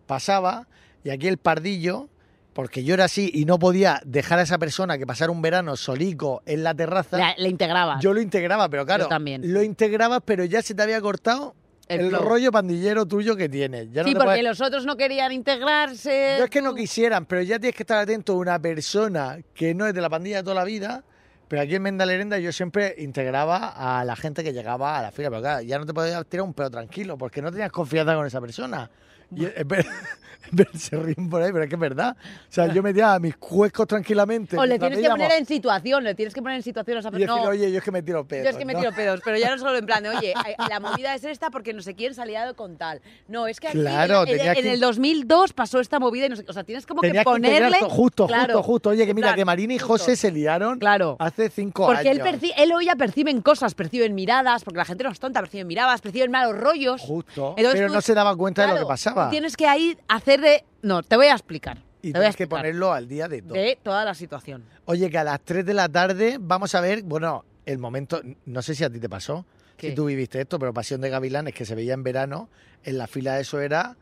[SPEAKER 2] pasaba, y aquí el pardillo, porque yo era así y no podía dejar a esa persona que pasara un verano solico en la terraza,
[SPEAKER 3] La, la integrabas.
[SPEAKER 2] yo lo integraba, pero claro,
[SPEAKER 3] Yo también.
[SPEAKER 2] lo integrabas, pero ya se te había cortado
[SPEAKER 3] El
[SPEAKER 2] el,
[SPEAKER 3] flow.
[SPEAKER 2] rollo pandillero tuyo que tienes. Ya no
[SPEAKER 3] sí,
[SPEAKER 2] te
[SPEAKER 3] porque Mm.
[SPEAKER 2] puedes-
[SPEAKER 3] los otros no querían integrarse.
[SPEAKER 2] no es que no quisieran, pero ya tienes que estar atento a una persona que no es de la pandilla de toda la vida. Pero aquí en Mendalerenda yo siempre integraba a la gente que llegaba a la fila. Pero claro, ya no te podías tirar un pedo tranquilo porque no tenías confianza con esa persona. Y es ver- ver- se ríen por ahí, pero es que es verdad. O sea, yo metía a mis cuescos tranquilamente.
[SPEAKER 3] O le
[SPEAKER 2] mientras
[SPEAKER 3] tienes que
[SPEAKER 2] veíamos,
[SPEAKER 3] poner en situación, le tienes que poner en situación a esa
[SPEAKER 2] Y decir,
[SPEAKER 3] persona. No,
[SPEAKER 2] oye, yo es que me tiro pedos.
[SPEAKER 3] Yo es que me
[SPEAKER 2] ¿no?
[SPEAKER 3] tiro pedos, pero ya no solo en plan de, oye, la movida es esta porque no sé quién se ha liado con tal. No, es que aquí
[SPEAKER 2] Claro,
[SPEAKER 3] en, en-
[SPEAKER 2] tenía
[SPEAKER 3] en
[SPEAKER 2] que-
[SPEAKER 3] el 2002 pasó esta movida y no sé, o sea, tienes como
[SPEAKER 2] Tenías
[SPEAKER 3] que ponerle
[SPEAKER 2] integrar to- justo,
[SPEAKER 3] Claro,
[SPEAKER 2] justo, justo. Oye, que
[SPEAKER 3] en
[SPEAKER 2] mira,
[SPEAKER 3] plan,
[SPEAKER 2] que Marina y
[SPEAKER 3] justo.
[SPEAKER 2] José se liaron
[SPEAKER 3] Claro.
[SPEAKER 2] hace cinco
[SPEAKER 3] Porque él,
[SPEAKER 2] años.
[SPEAKER 3] perci- él o ella perciben cosas, perciben miradas, porque la gente no es tonta, perciben miradas, perciben malos rollos.
[SPEAKER 2] Justo.
[SPEAKER 3] Entonces
[SPEAKER 2] pero
[SPEAKER 3] tú-
[SPEAKER 2] no se daba cuenta de lo
[SPEAKER 3] Claro,
[SPEAKER 2] que pasaba.
[SPEAKER 3] tú Tienes que ahí hacer de. No, te voy a explicar.
[SPEAKER 2] Y
[SPEAKER 3] te voy a
[SPEAKER 2] tienes que
[SPEAKER 3] explicar
[SPEAKER 2] ponerlo al día de todo.
[SPEAKER 3] de toda la situación.
[SPEAKER 2] Oye, que a las 3 de la tarde vamos a ver, bueno, el momento, no sé si a ti te pasó,
[SPEAKER 3] ¿Qué?
[SPEAKER 2] si tú viviste esto, pero Pasión de Gavilanes que se veía en verano, en la fila eso era,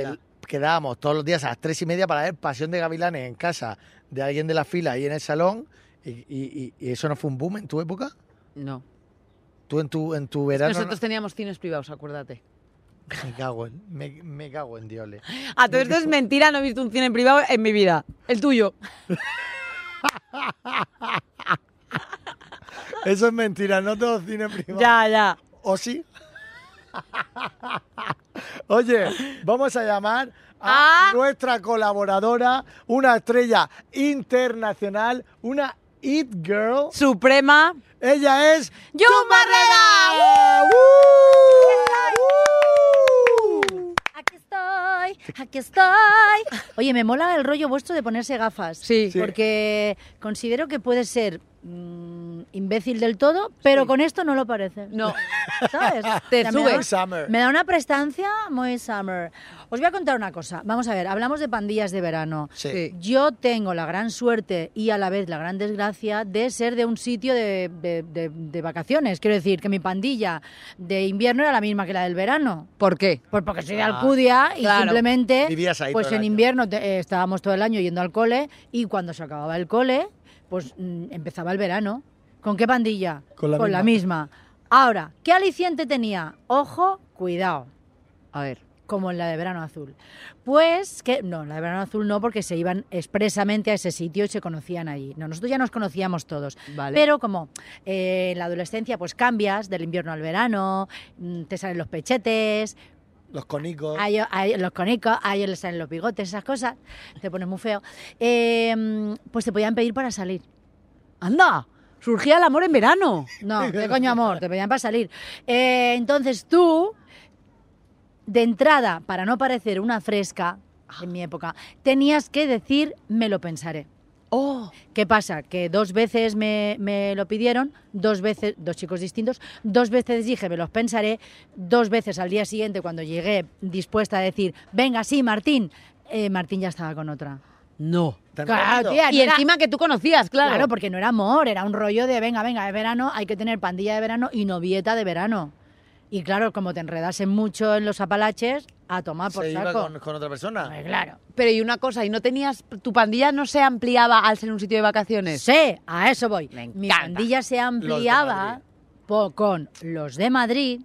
[SPEAKER 2] el-
[SPEAKER 3] era?
[SPEAKER 2] quedábamos todos los días a las 3 y media para ver Pasión de Gavilanes en casa de alguien de la fila y en el salón. Y, y- y- y eso no fue un boom en tu época?
[SPEAKER 3] No.
[SPEAKER 2] ¿Tú en tu, en tu verano?
[SPEAKER 3] Nosotros teníamos cines privados, acuérdate.
[SPEAKER 2] no- Me cago en, me, me cago en Diole.
[SPEAKER 3] A todo Ah, esto es mentira, no he visto un cine privado en mi vida. El tuyo.
[SPEAKER 2] Eso es mentira, no todo cine privado.
[SPEAKER 3] Ya, ya.
[SPEAKER 2] ¿O sí? Oye, vamos a llamar a
[SPEAKER 3] Ah.
[SPEAKER 2] nuestra colaboradora, una estrella internacional, una It Girl.
[SPEAKER 3] Suprema.
[SPEAKER 2] Ella es.
[SPEAKER 3] ¡Jun Barrera!
[SPEAKER 2] ¡Uh!
[SPEAKER 4] Aquí estoy, aquí estoy. Oye, me mola el rollo vuestro de ponerse gafas.
[SPEAKER 3] Sí. Sí.
[SPEAKER 4] Porque considero que puede ser mm,
[SPEAKER 3] imbécil del todo, pero con esto no lo parece.
[SPEAKER 4] No.
[SPEAKER 3] ¿Sabes?
[SPEAKER 4] Te
[SPEAKER 3] O sea, me
[SPEAKER 4] sube.
[SPEAKER 3] da un-
[SPEAKER 2] Summer.
[SPEAKER 3] Me da una prestancia muy summer. Os voy a contar una cosa. Vamos a ver, hablamos de pandillas de verano.
[SPEAKER 4] Sí.
[SPEAKER 3] Yo tengo la gran suerte y a la vez la gran desgracia de ser de un sitio de, de- de- de vacaciones. Quiero decir que mi pandilla de invierno era la misma que la del verano.
[SPEAKER 4] ¿Por qué?
[SPEAKER 3] Pues porque soy de
[SPEAKER 2] Ah,
[SPEAKER 3] Alcudia y
[SPEAKER 4] claro.
[SPEAKER 3] simplemente
[SPEAKER 2] Vivías ahí
[SPEAKER 3] pues
[SPEAKER 2] todo el
[SPEAKER 3] en
[SPEAKER 2] año.
[SPEAKER 3] invierno te- eh, estábamos todo el año yendo al cole y cuando se acababa el cole, pues mm, empezaba el verano. ¿Con qué pandilla?
[SPEAKER 2] Con la
[SPEAKER 3] misma. Ahora, ¿qué aliciente tenía? Ojo, cuidado,
[SPEAKER 4] A ver.
[SPEAKER 3] como en la de verano azul. Pues que no, en la de verano azul no porque se iban expresamente a ese sitio y se conocían allí. No, nosotros ya nos conocíamos todos.
[SPEAKER 4] Vale.
[SPEAKER 3] Pero como eh, en la adolescencia pues cambias del invierno al verano, mm, te salen los pechetes,
[SPEAKER 2] Los conicos.
[SPEAKER 3] hay, hay los conicos, hay les salen los bigotes, esas cosas, te pones muy feo. Eh, pues te podían pedir para salir.
[SPEAKER 4] ¡Anda! Surgía el amor en verano.
[SPEAKER 3] No, qué coño amor, te pedían para salir. Eh, entonces tú, de entrada, para no parecer una fresca, en mi época, tenías que decir, me lo pensaré.
[SPEAKER 4] ¡Oh!
[SPEAKER 3] ¿Qué pasa? Que dos veces me, me lo pidieron, dos veces, dos chicos distintos, dos veces dije, me los pensaré, dos veces al día siguiente cuando llegué dispuesta a decir, venga, sí, Martín, eh, Martín ya estaba con otra.
[SPEAKER 4] No.
[SPEAKER 2] Tan
[SPEAKER 3] Claro,
[SPEAKER 2] rápido.
[SPEAKER 3] tía,
[SPEAKER 4] Y
[SPEAKER 3] no era-
[SPEAKER 4] encima que tú conocías, claro.
[SPEAKER 3] Claro, porque no era amor, era un rollo de, venga, venga, es verano, hay que tener pandilla de verano y novieta de verano. Y claro, como te enredasen mucho en los apalaches, a tomar por
[SPEAKER 2] se iba
[SPEAKER 3] saco.
[SPEAKER 2] con, con otra persona.
[SPEAKER 3] Pues claro.
[SPEAKER 4] Pero y una cosa, ¿y no tenías, tu pandilla no se ampliaba al ser un sitio de vacaciones?
[SPEAKER 3] Sí, a eso voy.
[SPEAKER 4] Me
[SPEAKER 3] Mi
[SPEAKER 4] encanta.
[SPEAKER 3] pandilla se ampliaba
[SPEAKER 2] Madrid.
[SPEAKER 3] po- con los de Madrid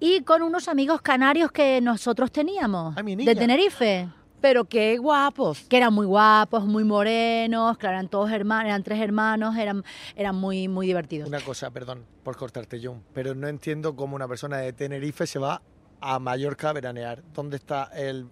[SPEAKER 3] y con unos amigos canarios que nosotros teníamos
[SPEAKER 2] Ay, mi niña.
[SPEAKER 3] de Tenerife.
[SPEAKER 4] Pero qué guapos.
[SPEAKER 3] que eran muy guapos, muy morenos, claro, eran todos hermanos, eran tres hermanos, eran, eran muy, muy divertidos.
[SPEAKER 2] Una cosa, perdón por cortarte, John, pero no entiendo cómo una persona de Tenerife se va a Mallorca a veranear. ¿Dónde está el...?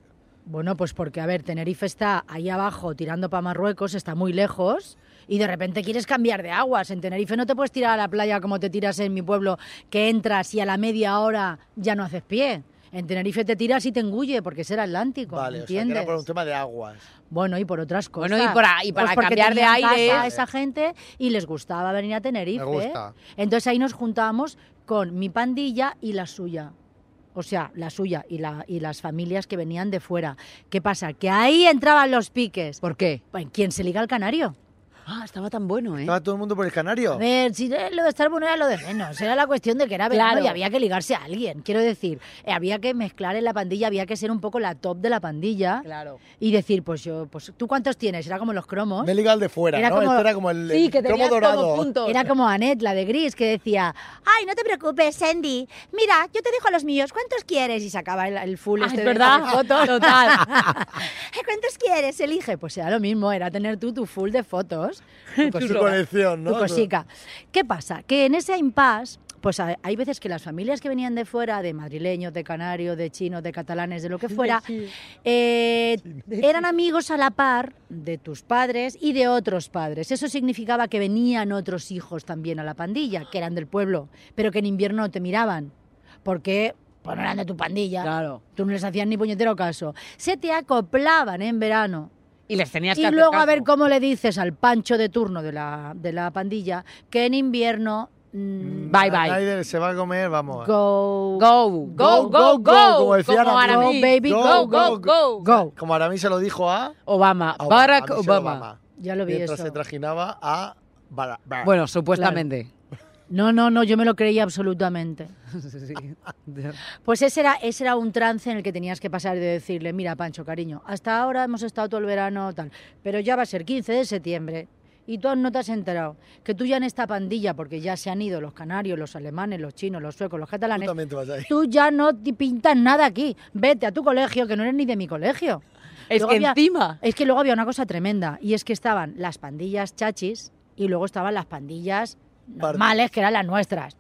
[SPEAKER 3] Bueno, pues porque, a ver, Tenerife está ahí abajo tirando para Marruecos, está muy lejos. Y de repente quieres cambiar de aguas. En Tenerife no te puedes tirar a la playa como te tiras en mi pueblo, que entras y a la media hora ya no haces pie. En Tenerife te tiras y te engulle porque es el Atlántico.
[SPEAKER 2] vale, o sea, que
[SPEAKER 3] ¿entiendes? ¿Eh?
[SPEAKER 2] era por un tema de aguas.
[SPEAKER 3] Bueno, y por otras cosas. Pues
[SPEAKER 4] Bueno, y para- y para
[SPEAKER 3] porque
[SPEAKER 4] cambiar de
[SPEAKER 3] tenían
[SPEAKER 4] aire.
[SPEAKER 3] casa a esa gente y les gustaba venir a
[SPEAKER 2] Me
[SPEAKER 3] Tenerife.
[SPEAKER 2] gusta.
[SPEAKER 3] Entonces ahí nos juntábamos con mi pandilla y la suya. O sea, la suya y, la, y las familias que venían de fuera. ¿Qué pasa? Que ahí entraban los piques.
[SPEAKER 4] ¿Por qué?
[SPEAKER 3] Bueno, ¿Quién se liga al canario?
[SPEAKER 4] Ah, estaba tan bueno, ¿eh?
[SPEAKER 2] ¿Estaba todo el mundo por el Canario?
[SPEAKER 3] A ver, si eh, lo de estar bueno era lo de menos. Era la cuestión de que era verano
[SPEAKER 4] Claro.
[SPEAKER 3] y había que ligarse a alguien. Quiero decir, eh, había que mezclar en la pandilla, había que ser un poco la top de la pandilla.
[SPEAKER 4] Claro.
[SPEAKER 3] Y decir, pues yo, pues tú cuántos tienes, era como los cromos.
[SPEAKER 2] Me he ligado al de fuera,
[SPEAKER 3] Era
[SPEAKER 2] ¿no?
[SPEAKER 3] como-
[SPEAKER 2] Este era como el,
[SPEAKER 4] Sí,
[SPEAKER 2] el
[SPEAKER 4] que
[SPEAKER 2] cromo
[SPEAKER 4] tenías Ah,
[SPEAKER 2] dorado.
[SPEAKER 4] todo junto.
[SPEAKER 3] Era como Anet, la de Gris, que decía, ay, no te preocupes, Sandy, mira, yo te dejo a los míos, ¿cuentos quieres? Y sacaba el, el full
[SPEAKER 4] Ah,
[SPEAKER 3] este
[SPEAKER 4] es
[SPEAKER 3] de-
[SPEAKER 4] verdad,
[SPEAKER 3] de fotos.
[SPEAKER 4] total.
[SPEAKER 3] "Ay, ¿Cuántos quieres? Elige. Pues era lo mismo, era tener tú tu full de fotos. Tu
[SPEAKER 2] Tu
[SPEAKER 3] cosica,
[SPEAKER 2] colección, ¿no?
[SPEAKER 3] tu cosica. ¿Qué pasa? Que en ese impasse, pues a- hay veces que las familias que venían de fuera, de madrileños, de canarios, de chinos, de catalanes, de lo que fuera, eh, eran amigos a la par de tus padres y de otros padres. Eso significaba que venían otros hijos también a la pandilla, que eran del pueblo, pero que en invierno no te miraban, porque pues, no eran de tu pandilla.
[SPEAKER 4] Claro.
[SPEAKER 3] Tú no les hacías ni puñetero caso. Se te acoplaban en verano.
[SPEAKER 4] Y les tenías que
[SPEAKER 3] Y
[SPEAKER 4] hacer
[SPEAKER 3] luego a
[SPEAKER 4] caso.
[SPEAKER 3] ver cómo le dices al pancho de turno de la, de la pandilla que en invierno... mm,
[SPEAKER 2] Mm,
[SPEAKER 4] Bye, bye.
[SPEAKER 2] Snyder se va a comer, vamos.
[SPEAKER 3] go,
[SPEAKER 4] Go,
[SPEAKER 2] Go, go,
[SPEAKER 4] go, go,
[SPEAKER 2] go,
[SPEAKER 4] go.
[SPEAKER 2] como decía
[SPEAKER 4] Como
[SPEAKER 2] Ana
[SPEAKER 4] Aramis.
[SPEAKER 3] Go, baby,
[SPEAKER 2] go,
[SPEAKER 4] go, go, go.
[SPEAKER 3] go.
[SPEAKER 2] Como Aramis se lo dijo a...
[SPEAKER 4] Obama,
[SPEAKER 2] a
[SPEAKER 4] Barack
[SPEAKER 2] a Michelle
[SPEAKER 4] Obama.
[SPEAKER 3] Ya lo vi
[SPEAKER 2] Mientras
[SPEAKER 3] eso.
[SPEAKER 2] se trajinaba a... Bara- Barack.
[SPEAKER 4] Bueno, supuestamente.
[SPEAKER 3] No, no, no, yo me lo creía absolutamente.
[SPEAKER 4] Sí.
[SPEAKER 3] Pues ese era, ese era un trance en el que tenías que pasar de decirle, mira, Pancho, cariño, hasta ahora hemos estado todo el verano, tal, pero ya va a ser 15 de septiembre y tú aún no te has enterado que tú ya en esta pandilla, porque ya se han ido los canarios, los alemanes, los chinos, los suecos, los
[SPEAKER 2] Tú
[SPEAKER 3] catalanes,
[SPEAKER 2] también te vas a ir.
[SPEAKER 3] tú ya no te pintas nada aquí. Vete a tu colegio, que no eres ni de mi colegio.
[SPEAKER 4] Es
[SPEAKER 3] Luego
[SPEAKER 4] que
[SPEAKER 3] había-
[SPEAKER 4] encima.
[SPEAKER 3] Es que luego había una cosa tremenda, y es que estaban las pandillas chachis y luego estaban las pandillas
[SPEAKER 2] Barbie.
[SPEAKER 3] normales, que eran las nuestras.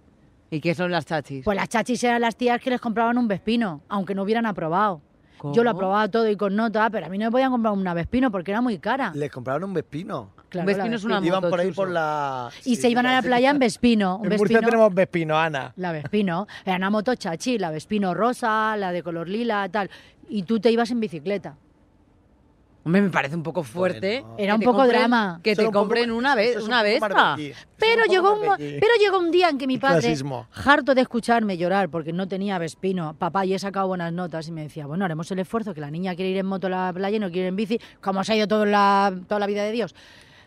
[SPEAKER 4] ¿Y qué son las chachis?
[SPEAKER 3] Pues las chachis eran las tías que les compraban un vespino, aunque no hubieran aprobado. Yo lo
[SPEAKER 4] ¿Cómo?
[SPEAKER 3] aprobaba todo y con nota, pero a mí no me podían comprar una vespino porque era muy cara.
[SPEAKER 2] Les compraron un Vespino.
[SPEAKER 3] Claro,
[SPEAKER 4] Vespino
[SPEAKER 3] la
[SPEAKER 4] es una
[SPEAKER 3] Vespino.
[SPEAKER 2] Iban por ahí
[SPEAKER 4] Chuso.
[SPEAKER 2] por la...
[SPEAKER 3] Y
[SPEAKER 2] Sí,
[SPEAKER 3] se iban a la
[SPEAKER 2] sí.
[SPEAKER 3] playa en vespino. Un
[SPEAKER 2] En
[SPEAKER 3] vespino
[SPEAKER 2] Murcia tenemos Vespino, Ana.
[SPEAKER 3] La vespino. Era una moto chachi, la vespino rosa, la de color lila, tal. Y tú te ibas en bicicleta.
[SPEAKER 4] Hombre, me parece un poco fuerte.
[SPEAKER 2] Bueno.
[SPEAKER 4] que
[SPEAKER 3] Era un
[SPEAKER 4] te
[SPEAKER 3] poco
[SPEAKER 4] compren-
[SPEAKER 3] drama.
[SPEAKER 4] Que
[SPEAKER 2] Eso es
[SPEAKER 4] te
[SPEAKER 2] un poco-
[SPEAKER 4] compren una
[SPEAKER 2] eso
[SPEAKER 4] vez,
[SPEAKER 2] es un
[SPEAKER 4] una
[SPEAKER 2] poco
[SPEAKER 4] vez.
[SPEAKER 2] marbellí. Eso es un
[SPEAKER 3] Pero
[SPEAKER 2] poco
[SPEAKER 3] llegó, un, mo-
[SPEAKER 2] marbellí.
[SPEAKER 3] pero llegó un día en que mi padre,
[SPEAKER 2] Clasismo.
[SPEAKER 3] harto de escucharme llorar porque no tenía Vespino, papá, y he sacado buenas notas, y me decía, bueno, haremos el esfuerzo, que la niña quiere ir en moto a la playa y no quiere ir en bici, como se ha ido toda la, toda la vida de Dios.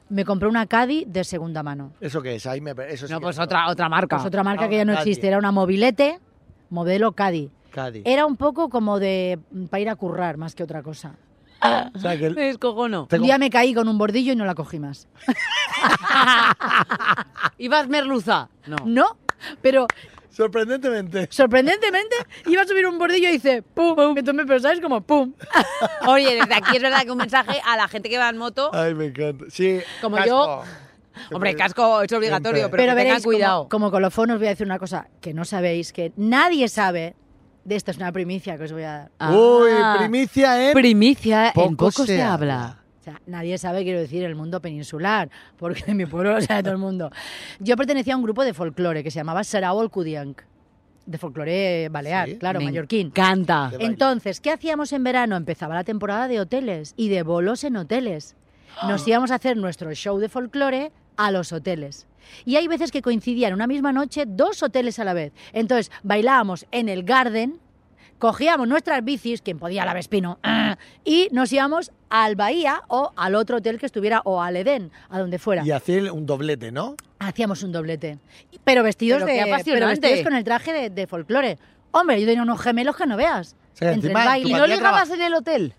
[SPEAKER 3] Me compré una Caddy de segunda mano.
[SPEAKER 2] ¿Eso qué es? Ahí me, eso sí
[SPEAKER 4] No,
[SPEAKER 2] que
[SPEAKER 4] pues
[SPEAKER 2] es-
[SPEAKER 4] otra, otra marca.
[SPEAKER 3] Pues otra marca
[SPEAKER 2] Ah,
[SPEAKER 3] que ya no
[SPEAKER 2] una Caddy.
[SPEAKER 3] existe, era una mobilete, modelo Caddy.
[SPEAKER 2] Cádiz.
[SPEAKER 4] Eh.
[SPEAKER 3] Era un poco como de mm, para ir a currar más que otra cosa.
[SPEAKER 2] O sea, que el-
[SPEAKER 4] Me descojono.
[SPEAKER 2] te
[SPEAKER 3] Un día me caí con un bordillo y no la cogí más.
[SPEAKER 4] Ibas Merluza. No.
[SPEAKER 3] No, pero
[SPEAKER 2] com- Sorprendentemente.
[SPEAKER 3] sorprendentemente iba a subir un bordillo y dice pum, entonces pero sabes como pum.
[SPEAKER 4] Oye, desde aquí es verdad que un mensaje a la gente que va en moto.
[SPEAKER 2] Ay, me encanta. Sí.
[SPEAKER 4] Como
[SPEAKER 2] casco.
[SPEAKER 4] Hombre, casco es obligatorio,
[SPEAKER 2] Siempre.
[SPEAKER 4] pero, que tengan
[SPEAKER 3] veréis, como-
[SPEAKER 4] cuidado.
[SPEAKER 3] Como, colofón os voy a decir una cosa que no sabéis, que nadie sabe. De esto es una primicia que os voy a dar.
[SPEAKER 4] Ah.
[SPEAKER 2] Uy, primicia ¿eh? en...
[SPEAKER 4] Primicia, en
[SPEAKER 2] Poco
[SPEAKER 4] poco se,
[SPEAKER 2] se
[SPEAKER 4] habla.
[SPEAKER 3] O sea, nadie sabe, quiero decir, el mundo peninsular, porque en mi pueblo lo sabe todo el mundo. Yo pertenecía a un grupo de folclore que se llamaba Sarao Kudiank, de folclore balear,
[SPEAKER 2] Sí,
[SPEAKER 3] claro,
[SPEAKER 4] Me
[SPEAKER 3] mallorquín.
[SPEAKER 4] Canta.
[SPEAKER 2] De baile.
[SPEAKER 3] Entonces, ¿qué hacíamos en verano? Empezaba la temporada de hoteles y de bolos en hoteles. Nos íbamos a hacer nuestro show de folclore a los hoteles. Y hay veces que coincidían una misma noche dos hoteles a la vez. Entonces, bailábamos en el garden, cogíamos nuestras bicis, quien podía la Vespino, ¡ah! y nos íbamos al Bahía o al otro hotel que estuviera o al Edén, a donde fuera.
[SPEAKER 2] Y hacer un doblete, ¿no?
[SPEAKER 3] Hacíamos un doblete. Pero vestidos
[SPEAKER 4] Pero qué
[SPEAKER 3] de pero
[SPEAKER 4] apasionante.
[SPEAKER 3] vestidos con el traje de, de folclore. Hombre, yo tenía unos gemelos que no veas.
[SPEAKER 2] O sea,
[SPEAKER 3] Entre el
[SPEAKER 2] encima en tu
[SPEAKER 3] baile.
[SPEAKER 4] ¿Y no
[SPEAKER 2] Matías
[SPEAKER 4] ligabas
[SPEAKER 2] traba-
[SPEAKER 4] en el hotel?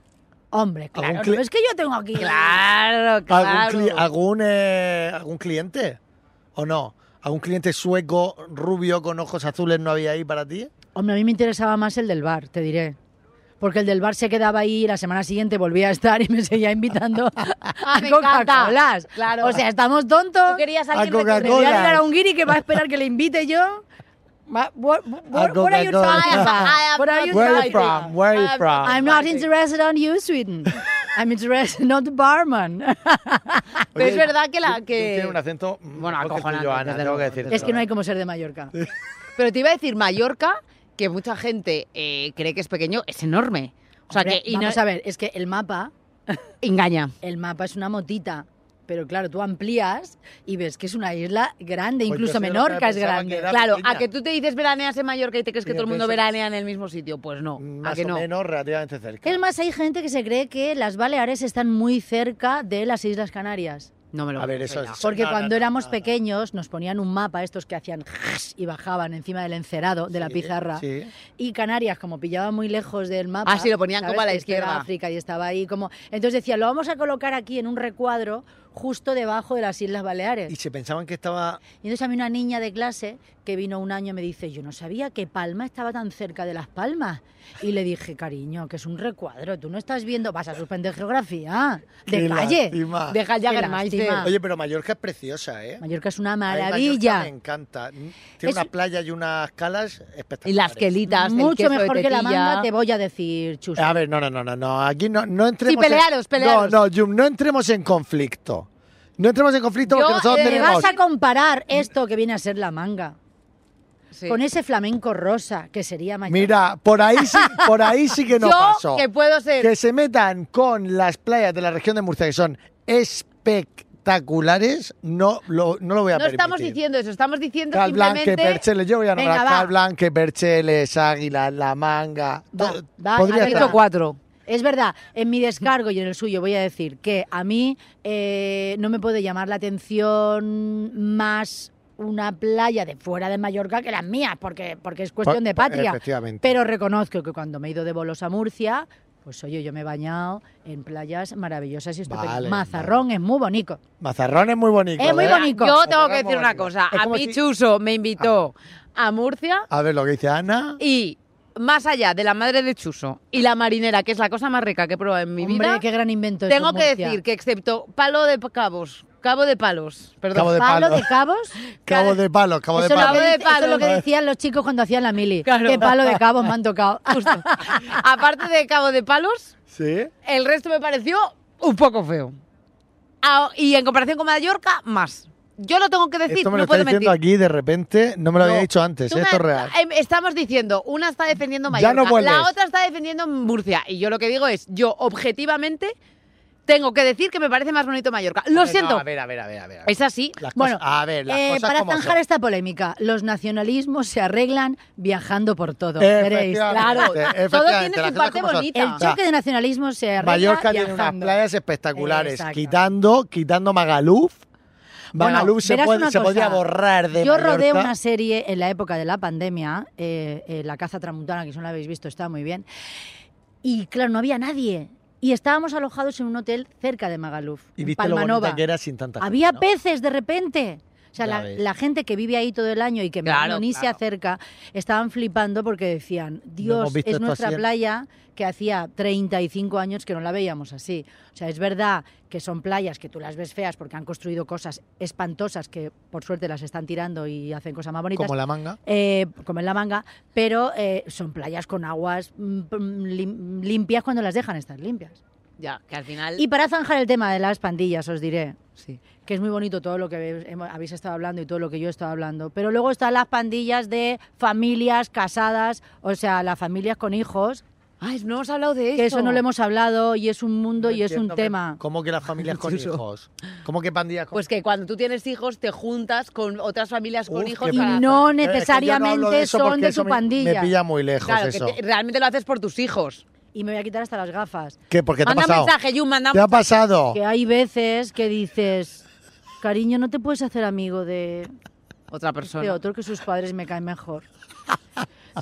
[SPEAKER 3] Hombre, claro,
[SPEAKER 2] ¿Algún
[SPEAKER 3] no, es que yo tengo aquí.
[SPEAKER 4] Claro, claro.
[SPEAKER 2] ¿Algún, cli- algún, eh, algún cliente? ¿O no? ¿Algún cliente sueco, rubio, con ojos azules no había ahí para ti?
[SPEAKER 3] Hombre, a mí me interesaba más el del bar, te diré. Porque el del bar se quedaba ahí y la semana siguiente volvía a estar y me seguía invitando a
[SPEAKER 4] Me
[SPEAKER 3] Coca-Cola.
[SPEAKER 4] encanta. Claro.
[SPEAKER 3] O sea, estamos tontos.
[SPEAKER 4] Tú querías
[SPEAKER 2] alguien
[SPEAKER 4] alguien
[SPEAKER 2] A Coca-Cola.
[SPEAKER 3] Le voy a ligar a
[SPEAKER 2] Colas.
[SPEAKER 3] un guiri que va a esperar que le invite yo. Va- what- what- what are you
[SPEAKER 2] Coca-Cola.
[SPEAKER 3] talking about? What are you
[SPEAKER 2] Where you
[SPEAKER 3] talking about?
[SPEAKER 2] from? Where you from?
[SPEAKER 3] I'm not interested on you, Sweden. I'm interested on the barman.
[SPEAKER 4] Pero es verdad que la-
[SPEAKER 2] Jun-
[SPEAKER 4] que-
[SPEAKER 2] Jun Tiene un acento... mm, mejor que
[SPEAKER 4] Bueno,
[SPEAKER 2] el tuyo,
[SPEAKER 4] acojonante,
[SPEAKER 2] Ana,
[SPEAKER 4] desde
[SPEAKER 2] tengo
[SPEAKER 4] luego,
[SPEAKER 2] que decirte.
[SPEAKER 3] es que no hay como ser de Mallorca.
[SPEAKER 4] Pero te iba a decir Mallorca, que mucha gente eh, cree que es pequeño, es enorme. O sea
[SPEAKER 3] Hombre,
[SPEAKER 4] que y no-
[SPEAKER 3] vamos a ver, es que el mapa
[SPEAKER 4] engaña.
[SPEAKER 3] el mapa es una motita. Pero claro, tú amplías y ves que es una isla grande,
[SPEAKER 2] Pues yo
[SPEAKER 3] incluso
[SPEAKER 2] soy de los que
[SPEAKER 3] Menorca es
[SPEAKER 2] pensaba que
[SPEAKER 3] grande.
[SPEAKER 2] era-
[SPEAKER 4] Claro,
[SPEAKER 2] pequeña.
[SPEAKER 4] a que tú te dices veraneas en Mallorca y te crees que
[SPEAKER 2] Sí,
[SPEAKER 4] todo el mundo
[SPEAKER 2] eso es.
[SPEAKER 4] veranea en el mismo sitio, pues no, a
[SPEAKER 2] pues, Más
[SPEAKER 4] que
[SPEAKER 2] o
[SPEAKER 4] no.
[SPEAKER 2] menos relativamente cerca.
[SPEAKER 3] Es más, hay gente que se cree que las Baleares están muy cerca de las Islas Canarias.
[SPEAKER 4] No me lo
[SPEAKER 2] A ver,
[SPEAKER 4] creo,
[SPEAKER 2] eso
[SPEAKER 4] ya.
[SPEAKER 2] es-
[SPEAKER 3] Porque
[SPEAKER 2] No, no,
[SPEAKER 3] cuando
[SPEAKER 2] no,
[SPEAKER 3] éramos
[SPEAKER 2] no, no.
[SPEAKER 3] pequeños nos ponían un mapa, estos que hacían y bajaban encima del encerado, de la
[SPEAKER 2] Sí,
[SPEAKER 3] pizarra.
[SPEAKER 2] Sí.
[SPEAKER 3] Y Canarias, como pillaba muy lejos del mapa.
[SPEAKER 4] Ah, sí, lo ponían como a la
[SPEAKER 3] Que es que era
[SPEAKER 4] izquierda.
[SPEAKER 3] África y estaba ahí como. Entonces decía, lo vamos a colocar aquí en un recuadro justo debajo de las Islas Baleares.
[SPEAKER 2] Y se pensaban que estaba...
[SPEAKER 3] Y entonces a mí una niña de clase que vino un año me dice, yo no sabía que Palma estaba tan cerca de Las Palmas. Y le dije, cariño, que es un recuadro, tú no estás viendo, vas a suspender geografía. De
[SPEAKER 2] Qué
[SPEAKER 3] calle.
[SPEAKER 2] lástima.
[SPEAKER 4] Deja el
[SPEAKER 3] Qué
[SPEAKER 4] Jägermeister.
[SPEAKER 3] lástima.
[SPEAKER 2] Oye, pero Mallorca es preciosa, ¿eh?
[SPEAKER 3] Mallorca es una
[SPEAKER 2] A mí Mallorca
[SPEAKER 3] maravilla.
[SPEAKER 2] Me encanta. Tiene
[SPEAKER 3] Es-
[SPEAKER 2] una playa y unas calas espectaculares.
[SPEAKER 4] Y las quelitas, el
[SPEAKER 3] Mucho
[SPEAKER 4] queso de
[SPEAKER 3] mejor que la
[SPEAKER 4] tetilla.
[SPEAKER 3] manga, te voy a decir, chus.
[SPEAKER 2] A ver, no, no, no, no, no. Aquí no, no entremos.
[SPEAKER 4] Sí, pelearos,
[SPEAKER 2] en...
[SPEAKER 4] pelearos.
[SPEAKER 2] No, no, Jum, no entremos en conflicto. No entremos en conflicto
[SPEAKER 4] Yo,
[SPEAKER 2] porque nosotros
[SPEAKER 4] eh,
[SPEAKER 3] Te
[SPEAKER 2] tenemos.
[SPEAKER 3] vas a comparar esto que viene a ser la manga
[SPEAKER 4] Sí.
[SPEAKER 3] con ese flamenco rosa que sería Mallorca.
[SPEAKER 2] Mira, por ahí sí, por ahí sí que no
[SPEAKER 4] Oh Yo,
[SPEAKER 2] pasó.
[SPEAKER 4] que puedo ser...
[SPEAKER 2] Que se metan con las playas de la región de Murcia que son espectaculares, no lo, no lo voy a
[SPEAKER 4] no
[SPEAKER 2] permitir.
[SPEAKER 4] estamos diciendo eso, estamos diciendo
[SPEAKER 2] Cal Blanque,
[SPEAKER 4] simplemente...
[SPEAKER 2] Percheles, yo voy a nombrar
[SPEAKER 3] Venga, va.
[SPEAKER 2] Cal Blanque, Percheles, Águila, La Manga.
[SPEAKER 3] Va,
[SPEAKER 2] todo-
[SPEAKER 3] va,
[SPEAKER 2] podría
[SPEAKER 3] ha
[SPEAKER 2] estar.
[SPEAKER 3] dicho
[SPEAKER 4] cuatro.
[SPEAKER 3] Es verdad, en mi descargo y en el suyo voy a decir que a mí eh, no me puede llamar la atención más una playa de fuera de Mallorca que las mías, porque, porque es cuestión
[SPEAKER 2] Pa- eh,
[SPEAKER 3] de patria.
[SPEAKER 2] Efectivamente.
[SPEAKER 3] Pero reconozco que cuando me he ido de bolos a Murcia, pues oye, yo me he bañado en playas maravillosas y estupendas.
[SPEAKER 2] Vale,
[SPEAKER 3] Mazarrón es muy bonito.
[SPEAKER 2] Mazarrón es muy bonito.
[SPEAKER 3] Es muy
[SPEAKER 2] ¿eh?
[SPEAKER 4] Mira,
[SPEAKER 3] bonito.
[SPEAKER 4] Yo
[SPEAKER 2] Pero
[SPEAKER 4] tengo que
[SPEAKER 2] es muy
[SPEAKER 4] decir una
[SPEAKER 2] bonito.
[SPEAKER 4] cosa.
[SPEAKER 2] Es
[SPEAKER 4] A
[SPEAKER 2] como
[SPEAKER 4] mí
[SPEAKER 2] si-
[SPEAKER 4] Chuso me invitó a Murcia
[SPEAKER 2] A ver lo que dice Ana.
[SPEAKER 4] y más allá de la madre de Chuso y la marinera, que es la cosa más rica que he probado en mi
[SPEAKER 3] Hombre,
[SPEAKER 4] vida,
[SPEAKER 3] qué gran invento.
[SPEAKER 4] tengo que decir que excepto palo de cabos, cabo de palos, perdón,
[SPEAKER 2] Cabo de
[SPEAKER 3] Pablo
[SPEAKER 2] palo.
[SPEAKER 3] de Cabos.
[SPEAKER 2] Cabo de palo, cabo de
[SPEAKER 3] Eso es lo
[SPEAKER 2] palo.
[SPEAKER 3] que
[SPEAKER 4] Cabo de
[SPEAKER 3] dice- eso es lo
[SPEAKER 4] palos.
[SPEAKER 3] que decían los chicos cuando hacían la mili.
[SPEAKER 4] Claro.
[SPEAKER 3] Qué palo de cabos me han tocado.
[SPEAKER 4] aparte de cabo de palos,
[SPEAKER 2] Sí.
[SPEAKER 4] el resto me pareció un poco feo. Ah, y en comparación con Mallorca, más. Yo lo tengo que decir,
[SPEAKER 2] Esto me lo
[SPEAKER 4] no
[SPEAKER 2] está
[SPEAKER 4] puedo
[SPEAKER 2] diciendo
[SPEAKER 4] mentir.
[SPEAKER 2] aquí de repente. No me lo había
[SPEAKER 4] No.
[SPEAKER 2] dicho antes,
[SPEAKER 4] Tú
[SPEAKER 2] ¿eh?
[SPEAKER 4] me-
[SPEAKER 2] esto es real.
[SPEAKER 4] em, Estamos diciendo, una está defendiendo
[SPEAKER 2] Ya
[SPEAKER 4] Mallorca,
[SPEAKER 2] no vuelves.
[SPEAKER 4] la otra está defendiendo Murcia. Y yo lo que digo es, yo objetivamente tengo que decir que me parece más bonito Mallorca. Lo
[SPEAKER 2] Hombre, no,
[SPEAKER 4] siento. Pues,
[SPEAKER 2] a ver, a ver, a ver. A ver.
[SPEAKER 4] es así.
[SPEAKER 2] Las
[SPEAKER 3] Bueno,
[SPEAKER 2] cosas- a ver, las
[SPEAKER 3] Eh,
[SPEAKER 2] cosas
[SPEAKER 3] para
[SPEAKER 2] como son.
[SPEAKER 3] zanjar esta polémica, los nacionalismos se arreglan viajando por todo.
[SPEAKER 2] Efectivamente,
[SPEAKER 3] Veréis.
[SPEAKER 4] claro. Todo tiene
[SPEAKER 2] Este, efectivamente,
[SPEAKER 4] su
[SPEAKER 2] las cosas
[SPEAKER 4] parte
[SPEAKER 2] como son.
[SPEAKER 4] bonita.
[SPEAKER 3] El
[SPEAKER 2] O sea,
[SPEAKER 3] choque de nacionalismos se arregla
[SPEAKER 2] Mallorca tiene unas
[SPEAKER 3] viajando.
[SPEAKER 2] playas espectaculares.
[SPEAKER 3] Exacto.
[SPEAKER 2] Quitando, quitando Magaluf. Magaluf se,
[SPEAKER 3] verás
[SPEAKER 2] puede-
[SPEAKER 3] una
[SPEAKER 2] se
[SPEAKER 3] cosa.
[SPEAKER 2] podría borrar de
[SPEAKER 3] Yo
[SPEAKER 2] Mallorca.
[SPEAKER 3] rodé una serie en la época de la pandemia, eh, eh, La caza tramuntana, que si no la habéis visto, está muy bien. Y claro, no había nadie. Y estábamos alojados en un hotel cerca de Magaluf,
[SPEAKER 2] Y
[SPEAKER 3] en
[SPEAKER 2] viste lo
[SPEAKER 3] Palmanova.
[SPEAKER 2] bonita que era sin tanta gente,
[SPEAKER 3] había
[SPEAKER 2] ¿no?
[SPEAKER 3] peces de repente. O sea,
[SPEAKER 2] Ya
[SPEAKER 3] la,
[SPEAKER 2] ves.
[SPEAKER 3] la gente que vive ahí todo el año y que en
[SPEAKER 4] Claro,
[SPEAKER 3] verano ni se
[SPEAKER 4] claro.
[SPEAKER 3] acerca, estaban flipando porque decían, Dios,
[SPEAKER 2] hemos visto
[SPEAKER 3] es
[SPEAKER 2] esto
[SPEAKER 3] nuestra
[SPEAKER 2] así en-
[SPEAKER 3] playa que hacía 35 años que no la veíamos así. O sea, es verdad que son playas que tú las ves feas porque han construido cosas espantosas que por suerte las están tirando y hacen cosas más bonitas.
[SPEAKER 2] Como la manga.
[SPEAKER 3] eh, como en la manga, pero eh, son playas con aguas mm, mm, lim- limpias cuando las dejan estar limpias.
[SPEAKER 4] Ya, que al final.
[SPEAKER 3] Y para zanjar el tema de las pandillas, os diré, sí, que es muy bonito todo lo que habéis- hemos- habéis estado hablando y todo lo que yo he estado hablando, pero luego están las pandillas de familias casadas, o sea, las familias con hijos,
[SPEAKER 4] Ay, Ah, no hemos hablado de eso.
[SPEAKER 3] que eso no lo hemos hablado y es un mundo y es un
[SPEAKER 2] Entiendo que-
[SPEAKER 3] tema.
[SPEAKER 2] ¿Cómo que las familias con
[SPEAKER 4] Chuso.
[SPEAKER 2] hijos? ¿Cómo que pandillas con Eh,
[SPEAKER 4] Pues que cuando tú tienes hijos te juntas con otras familias con
[SPEAKER 2] Uf,
[SPEAKER 4] hijos
[SPEAKER 2] qué
[SPEAKER 3] Y
[SPEAKER 4] para-
[SPEAKER 2] pedazo.
[SPEAKER 3] no
[SPEAKER 2] Es que yo no hablo
[SPEAKER 3] necesariamente
[SPEAKER 2] eso
[SPEAKER 3] son
[SPEAKER 2] porque
[SPEAKER 3] de
[SPEAKER 2] eso
[SPEAKER 3] tu
[SPEAKER 2] me-
[SPEAKER 3] pandilla.
[SPEAKER 2] Me pilla muy lejos
[SPEAKER 4] Claro, que
[SPEAKER 2] eso.
[SPEAKER 4] te- realmente lo haces por tus hijos.
[SPEAKER 3] Y me voy a quitar hasta las gafas.
[SPEAKER 2] ¿Qué? ¿Por qué te ha
[SPEAKER 4] manda un
[SPEAKER 2] pasado?
[SPEAKER 4] mensaje, Jun, manda un
[SPEAKER 2] ¿Te ha pasado?
[SPEAKER 3] Que hay veces que dices, cariño, no te puedes hacer amigo de,
[SPEAKER 4] Otra
[SPEAKER 3] de
[SPEAKER 4] persona.
[SPEAKER 3] otro que sus padres me caen mejor.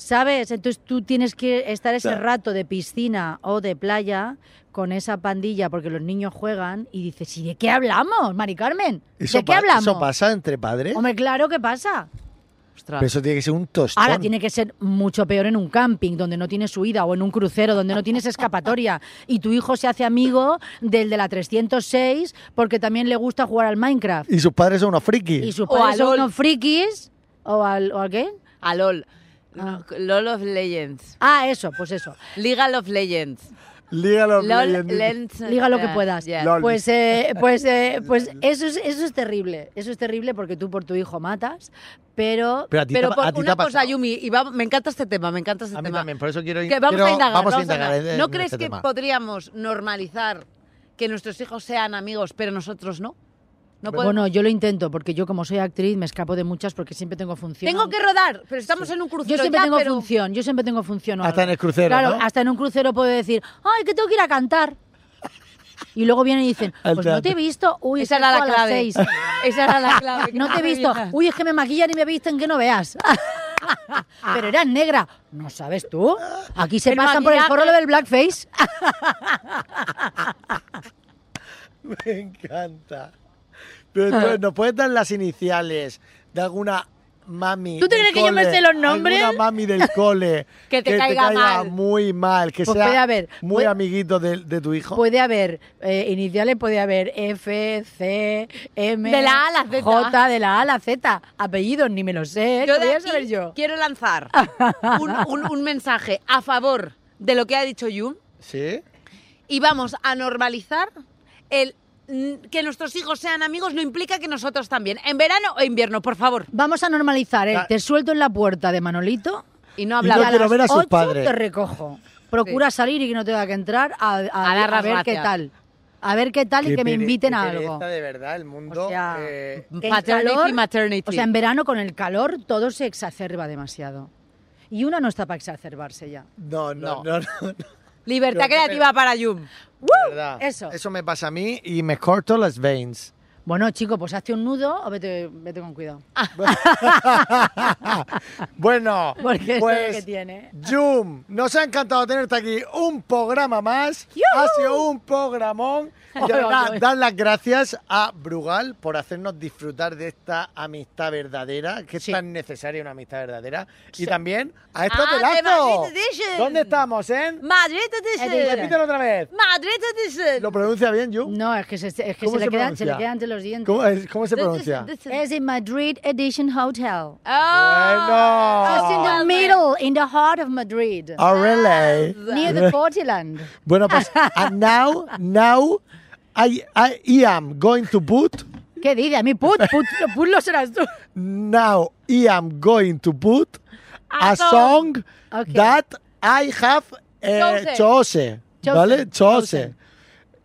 [SPEAKER 3] ¿Sabes? Entonces tú tienes que estar ese rato de piscina o de playa con esa pandilla porque los niños juegan y dices, ¿y de qué hablamos, Mari Carmen? ¿De
[SPEAKER 2] ¿Eso
[SPEAKER 3] qué
[SPEAKER 2] pa-
[SPEAKER 3] hablamos?
[SPEAKER 2] ¿Eso pasa ¿eh? entre padres?
[SPEAKER 3] Hombre, claro que pasa.
[SPEAKER 4] Ostras.
[SPEAKER 2] Pero eso tiene que ser un tostón.
[SPEAKER 3] Ahora tiene que ser mucho peor en un camping donde no tienes huida o en un crucero donde no tienes escapatoria y tu hijo se hace amigo del de la 306 porque también le gusta jugar al Minecraft
[SPEAKER 2] Y sus padres son unos frikis.
[SPEAKER 3] y sus
[SPEAKER 4] O
[SPEAKER 3] padres
[SPEAKER 4] al
[SPEAKER 3] son
[SPEAKER 4] LOL.
[SPEAKER 3] unos frikis o al, o al qué?
[SPEAKER 4] A LOL.
[SPEAKER 3] Ah.
[SPEAKER 4] LOL of Legends.
[SPEAKER 3] Ah, eso, pues eso.
[SPEAKER 4] Liga of Legends.
[SPEAKER 2] Lígalo,
[SPEAKER 4] LOL
[SPEAKER 2] Leyendy.
[SPEAKER 4] Legends.
[SPEAKER 3] Liga lo que
[SPEAKER 4] Yeah,
[SPEAKER 3] puedas.
[SPEAKER 4] yeah.
[SPEAKER 2] LOL.
[SPEAKER 3] Pues, eh, pues, eh, pues eso, es, eso es terrible. Eso es terrible porque tú por tu hijo matas, pero...
[SPEAKER 2] Pero a ti
[SPEAKER 4] Pero
[SPEAKER 2] te,
[SPEAKER 4] por
[SPEAKER 2] ha- a ti te
[SPEAKER 4] una
[SPEAKER 2] ha
[SPEAKER 4] cosa,
[SPEAKER 2] pasado.
[SPEAKER 4] Yumi, y va- me encanta este tema, me encanta este
[SPEAKER 2] a mí
[SPEAKER 4] tema.
[SPEAKER 2] también, por eso quiero
[SPEAKER 4] Que vamos
[SPEAKER 2] quiero-
[SPEAKER 4] a indagar.
[SPEAKER 2] Vamos a
[SPEAKER 4] vamos a
[SPEAKER 2] indagar
[SPEAKER 4] indagar.
[SPEAKER 2] en-
[SPEAKER 4] ¿No
[SPEAKER 2] en
[SPEAKER 4] crees
[SPEAKER 2] este
[SPEAKER 4] que
[SPEAKER 2] tema.
[SPEAKER 4] podríamos normalizar que nuestros hijos sean amigos, pero nosotros no? No podemos.
[SPEAKER 3] Bueno, yo lo intento porque yo como soy actriz me escapo de muchas porque siempre tengo función.
[SPEAKER 4] tengo que rodar, pero estamos en un crucero
[SPEAKER 3] Yo siempre
[SPEAKER 4] ya,
[SPEAKER 3] tengo
[SPEAKER 4] pero-
[SPEAKER 3] función, yo siempre tengo función. o
[SPEAKER 2] Hasta
[SPEAKER 3] algo.
[SPEAKER 2] en el crucero,
[SPEAKER 3] Claro,
[SPEAKER 2] ¿no?
[SPEAKER 3] hasta en un crucero puedo decir, ay, que tengo que ir a cantar. Y luego vienen y dicen,
[SPEAKER 2] Al
[SPEAKER 3] pues no te he
[SPEAKER 2] teatro.
[SPEAKER 3] visto, uy,
[SPEAKER 4] Esa
[SPEAKER 3] es que
[SPEAKER 4] era la
[SPEAKER 3] actúo a las
[SPEAKER 4] clave.
[SPEAKER 3] seis".
[SPEAKER 4] Esa era la clave. que
[SPEAKER 3] No te he visto,
[SPEAKER 4] revisas.
[SPEAKER 3] uy, es que me maquillan y me visten que no veas. Pero eras negra, no sabes tú. Aquí se
[SPEAKER 4] El
[SPEAKER 3] pasan por el
[SPEAKER 4] maquillaje.
[SPEAKER 3] forro lo del blackface.
[SPEAKER 2] Me encanta. Pero
[SPEAKER 3] Ah.
[SPEAKER 2] entonces, ¿nos puedes dar las iniciales de alguna mami?
[SPEAKER 3] ¿Tú te
[SPEAKER 2] del
[SPEAKER 3] crees que yo me
[SPEAKER 2] cole?
[SPEAKER 3] sé los nombres?
[SPEAKER 2] Alguna mami del cole.
[SPEAKER 4] Que te caiga mal.
[SPEAKER 2] muy mal, que
[SPEAKER 3] Pues puede
[SPEAKER 2] sea
[SPEAKER 3] haber.
[SPEAKER 2] muy
[SPEAKER 3] Puede-
[SPEAKER 2] amiguito de, de tu hijo.
[SPEAKER 3] Puede haber eh, iniciales, puede haber F, C, M.
[SPEAKER 4] De la A a la Z.
[SPEAKER 3] J, de la A a la Z. Apellidos, ni me lo sé.
[SPEAKER 4] Yo
[SPEAKER 3] ¿qué voy
[SPEAKER 4] de
[SPEAKER 3] a
[SPEAKER 4] aquí
[SPEAKER 3] Eh, saber yo?
[SPEAKER 4] quiero lanzar un, un- un mensaje a favor de lo que ha dicho Yum
[SPEAKER 2] ¿Sí?
[SPEAKER 4] y vamos a normalizar el mm, que nuestros hijos sean amigos no implica que nosotros también. En verano o invierno, por favor.
[SPEAKER 3] Vamos a normalizar, ¿eh?
[SPEAKER 2] La-
[SPEAKER 3] Te suelto en la puerta de Manolito
[SPEAKER 4] Y no
[SPEAKER 2] Y
[SPEAKER 4] hablaba.
[SPEAKER 2] no quiero ver a sus
[SPEAKER 3] ocho
[SPEAKER 2] padres.
[SPEAKER 3] te recojo. Procura salir y que no tenga que entrar a, a-
[SPEAKER 4] A dar
[SPEAKER 3] a
[SPEAKER 4] las
[SPEAKER 3] ver qué
[SPEAKER 4] gracias.
[SPEAKER 3] tal. A ver qué tal y
[SPEAKER 2] Qué
[SPEAKER 3] que me
[SPEAKER 2] pere-
[SPEAKER 3] inviten
[SPEAKER 2] qué
[SPEAKER 3] a
[SPEAKER 2] pereza
[SPEAKER 3] algo.
[SPEAKER 2] de verdad, el mundo.
[SPEAKER 3] O sea,
[SPEAKER 2] eh,
[SPEAKER 3] El
[SPEAKER 4] Paternity,
[SPEAKER 3] calor-
[SPEAKER 4] maternity.
[SPEAKER 3] O sea, en verano con el calor todo se exacerba demasiado. Y una no está para exacerbarse ya.
[SPEAKER 2] no, no, no, no, no,
[SPEAKER 4] Libertad
[SPEAKER 2] Yo creo que-
[SPEAKER 4] creativa para Yum.
[SPEAKER 2] de verdad.
[SPEAKER 3] Eso.
[SPEAKER 2] Eso me pasa a mí y me corto las veins.
[SPEAKER 3] Bueno, chico, pues hazte un nudo o vete, vete con cuidado.
[SPEAKER 4] Ah.
[SPEAKER 2] bueno,
[SPEAKER 3] Porque eso es lo que
[SPEAKER 2] pues
[SPEAKER 3] tiene.
[SPEAKER 2] Jum, nos ha encantado tenerte aquí un programa más. Ha sido un programón. Y de
[SPEAKER 3] Ay,
[SPEAKER 2] verdad,
[SPEAKER 3] ay, ay.
[SPEAKER 2] dar las gracias a Brugal por hacernos disfrutar de esta amistad verdadera, que
[SPEAKER 4] Sí.
[SPEAKER 2] es tan necesaria una amistad verdadera. Y también a estos
[SPEAKER 4] Ah, de
[SPEAKER 2] telazos.
[SPEAKER 4] Madrid Edition.
[SPEAKER 2] ¿Dónde estamos, eh?
[SPEAKER 4] Madrid Edition.
[SPEAKER 2] Repítelo otra vez.
[SPEAKER 4] Madrid Edition.
[SPEAKER 2] ¿Lo pronuncia bien, Jum?
[SPEAKER 3] No, es que se, es que
[SPEAKER 2] ¿Cómo se
[SPEAKER 3] se le, queda, se le
[SPEAKER 2] pronuncia?
[SPEAKER 3] queda entre los dientes.
[SPEAKER 2] ¿Cómo, es- cómo se pronuncia?
[SPEAKER 3] Es in Madrid Edition Hotel.
[SPEAKER 2] Eh,
[SPEAKER 4] Ah,
[SPEAKER 3] Just in
[SPEAKER 2] Bueno.
[SPEAKER 3] the middle, in the heart of Madrid.
[SPEAKER 2] Oh, really?
[SPEAKER 3] Near the Portland.
[SPEAKER 2] Bueno, pues and now, now I, I, am going to put,
[SPEAKER 3] ¿Qué dices? A mí put, put, put lo serás tú.
[SPEAKER 2] now I am going to put a,
[SPEAKER 4] A
[SPEAKER 2] song,
[SPEAKER 4] song.
[SPEAKER 3] Okay.
[SPEAKER 2] that I have eh,
[SPEAKER 4] Chosen.
[SPEAKER 2] chose, ¿vale? Chose.
[SPEAKER 3] Chosen.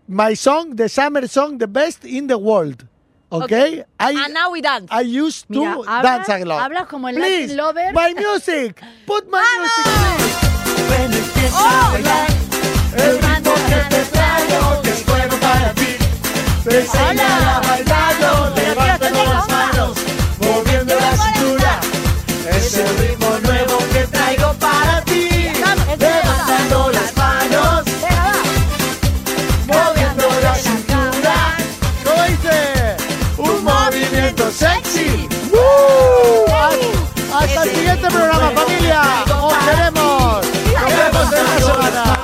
[SPEAKER 2] My song, the summer song, the best in the world. Okay?
[SPEAKER 3] Okay.
[SPEAKER 2] I,
[SPEAKER 3] And now we dance.
[SPEAKER 2] I used to
[SPEAKER 4] Mira, hablas-
[SPEAKER 2] dance a lot.
[SPEAKER 4] hablas como el
[SPEAKER 2] Please,
[SPEAKER 4] Latin lover.
[SPEAKER 2] My music. Put my music, please. When empieza
[SPEAKER 4] Oh,
[SPEAKER 2] a bailar, el ritmo que te traigo, que es bueno para ti. Te enseñará a bailarlo, levanta las manos, moviendo la cintura. Es el ritmo nuevo que traigo para ti. Levantando las manos, moviendo la cintura. ¿Cómo dice? Un movimiento sexy. ¡Woo! Hasta el siguiente programa, familia. Os queremos. Nos vemos en la semana.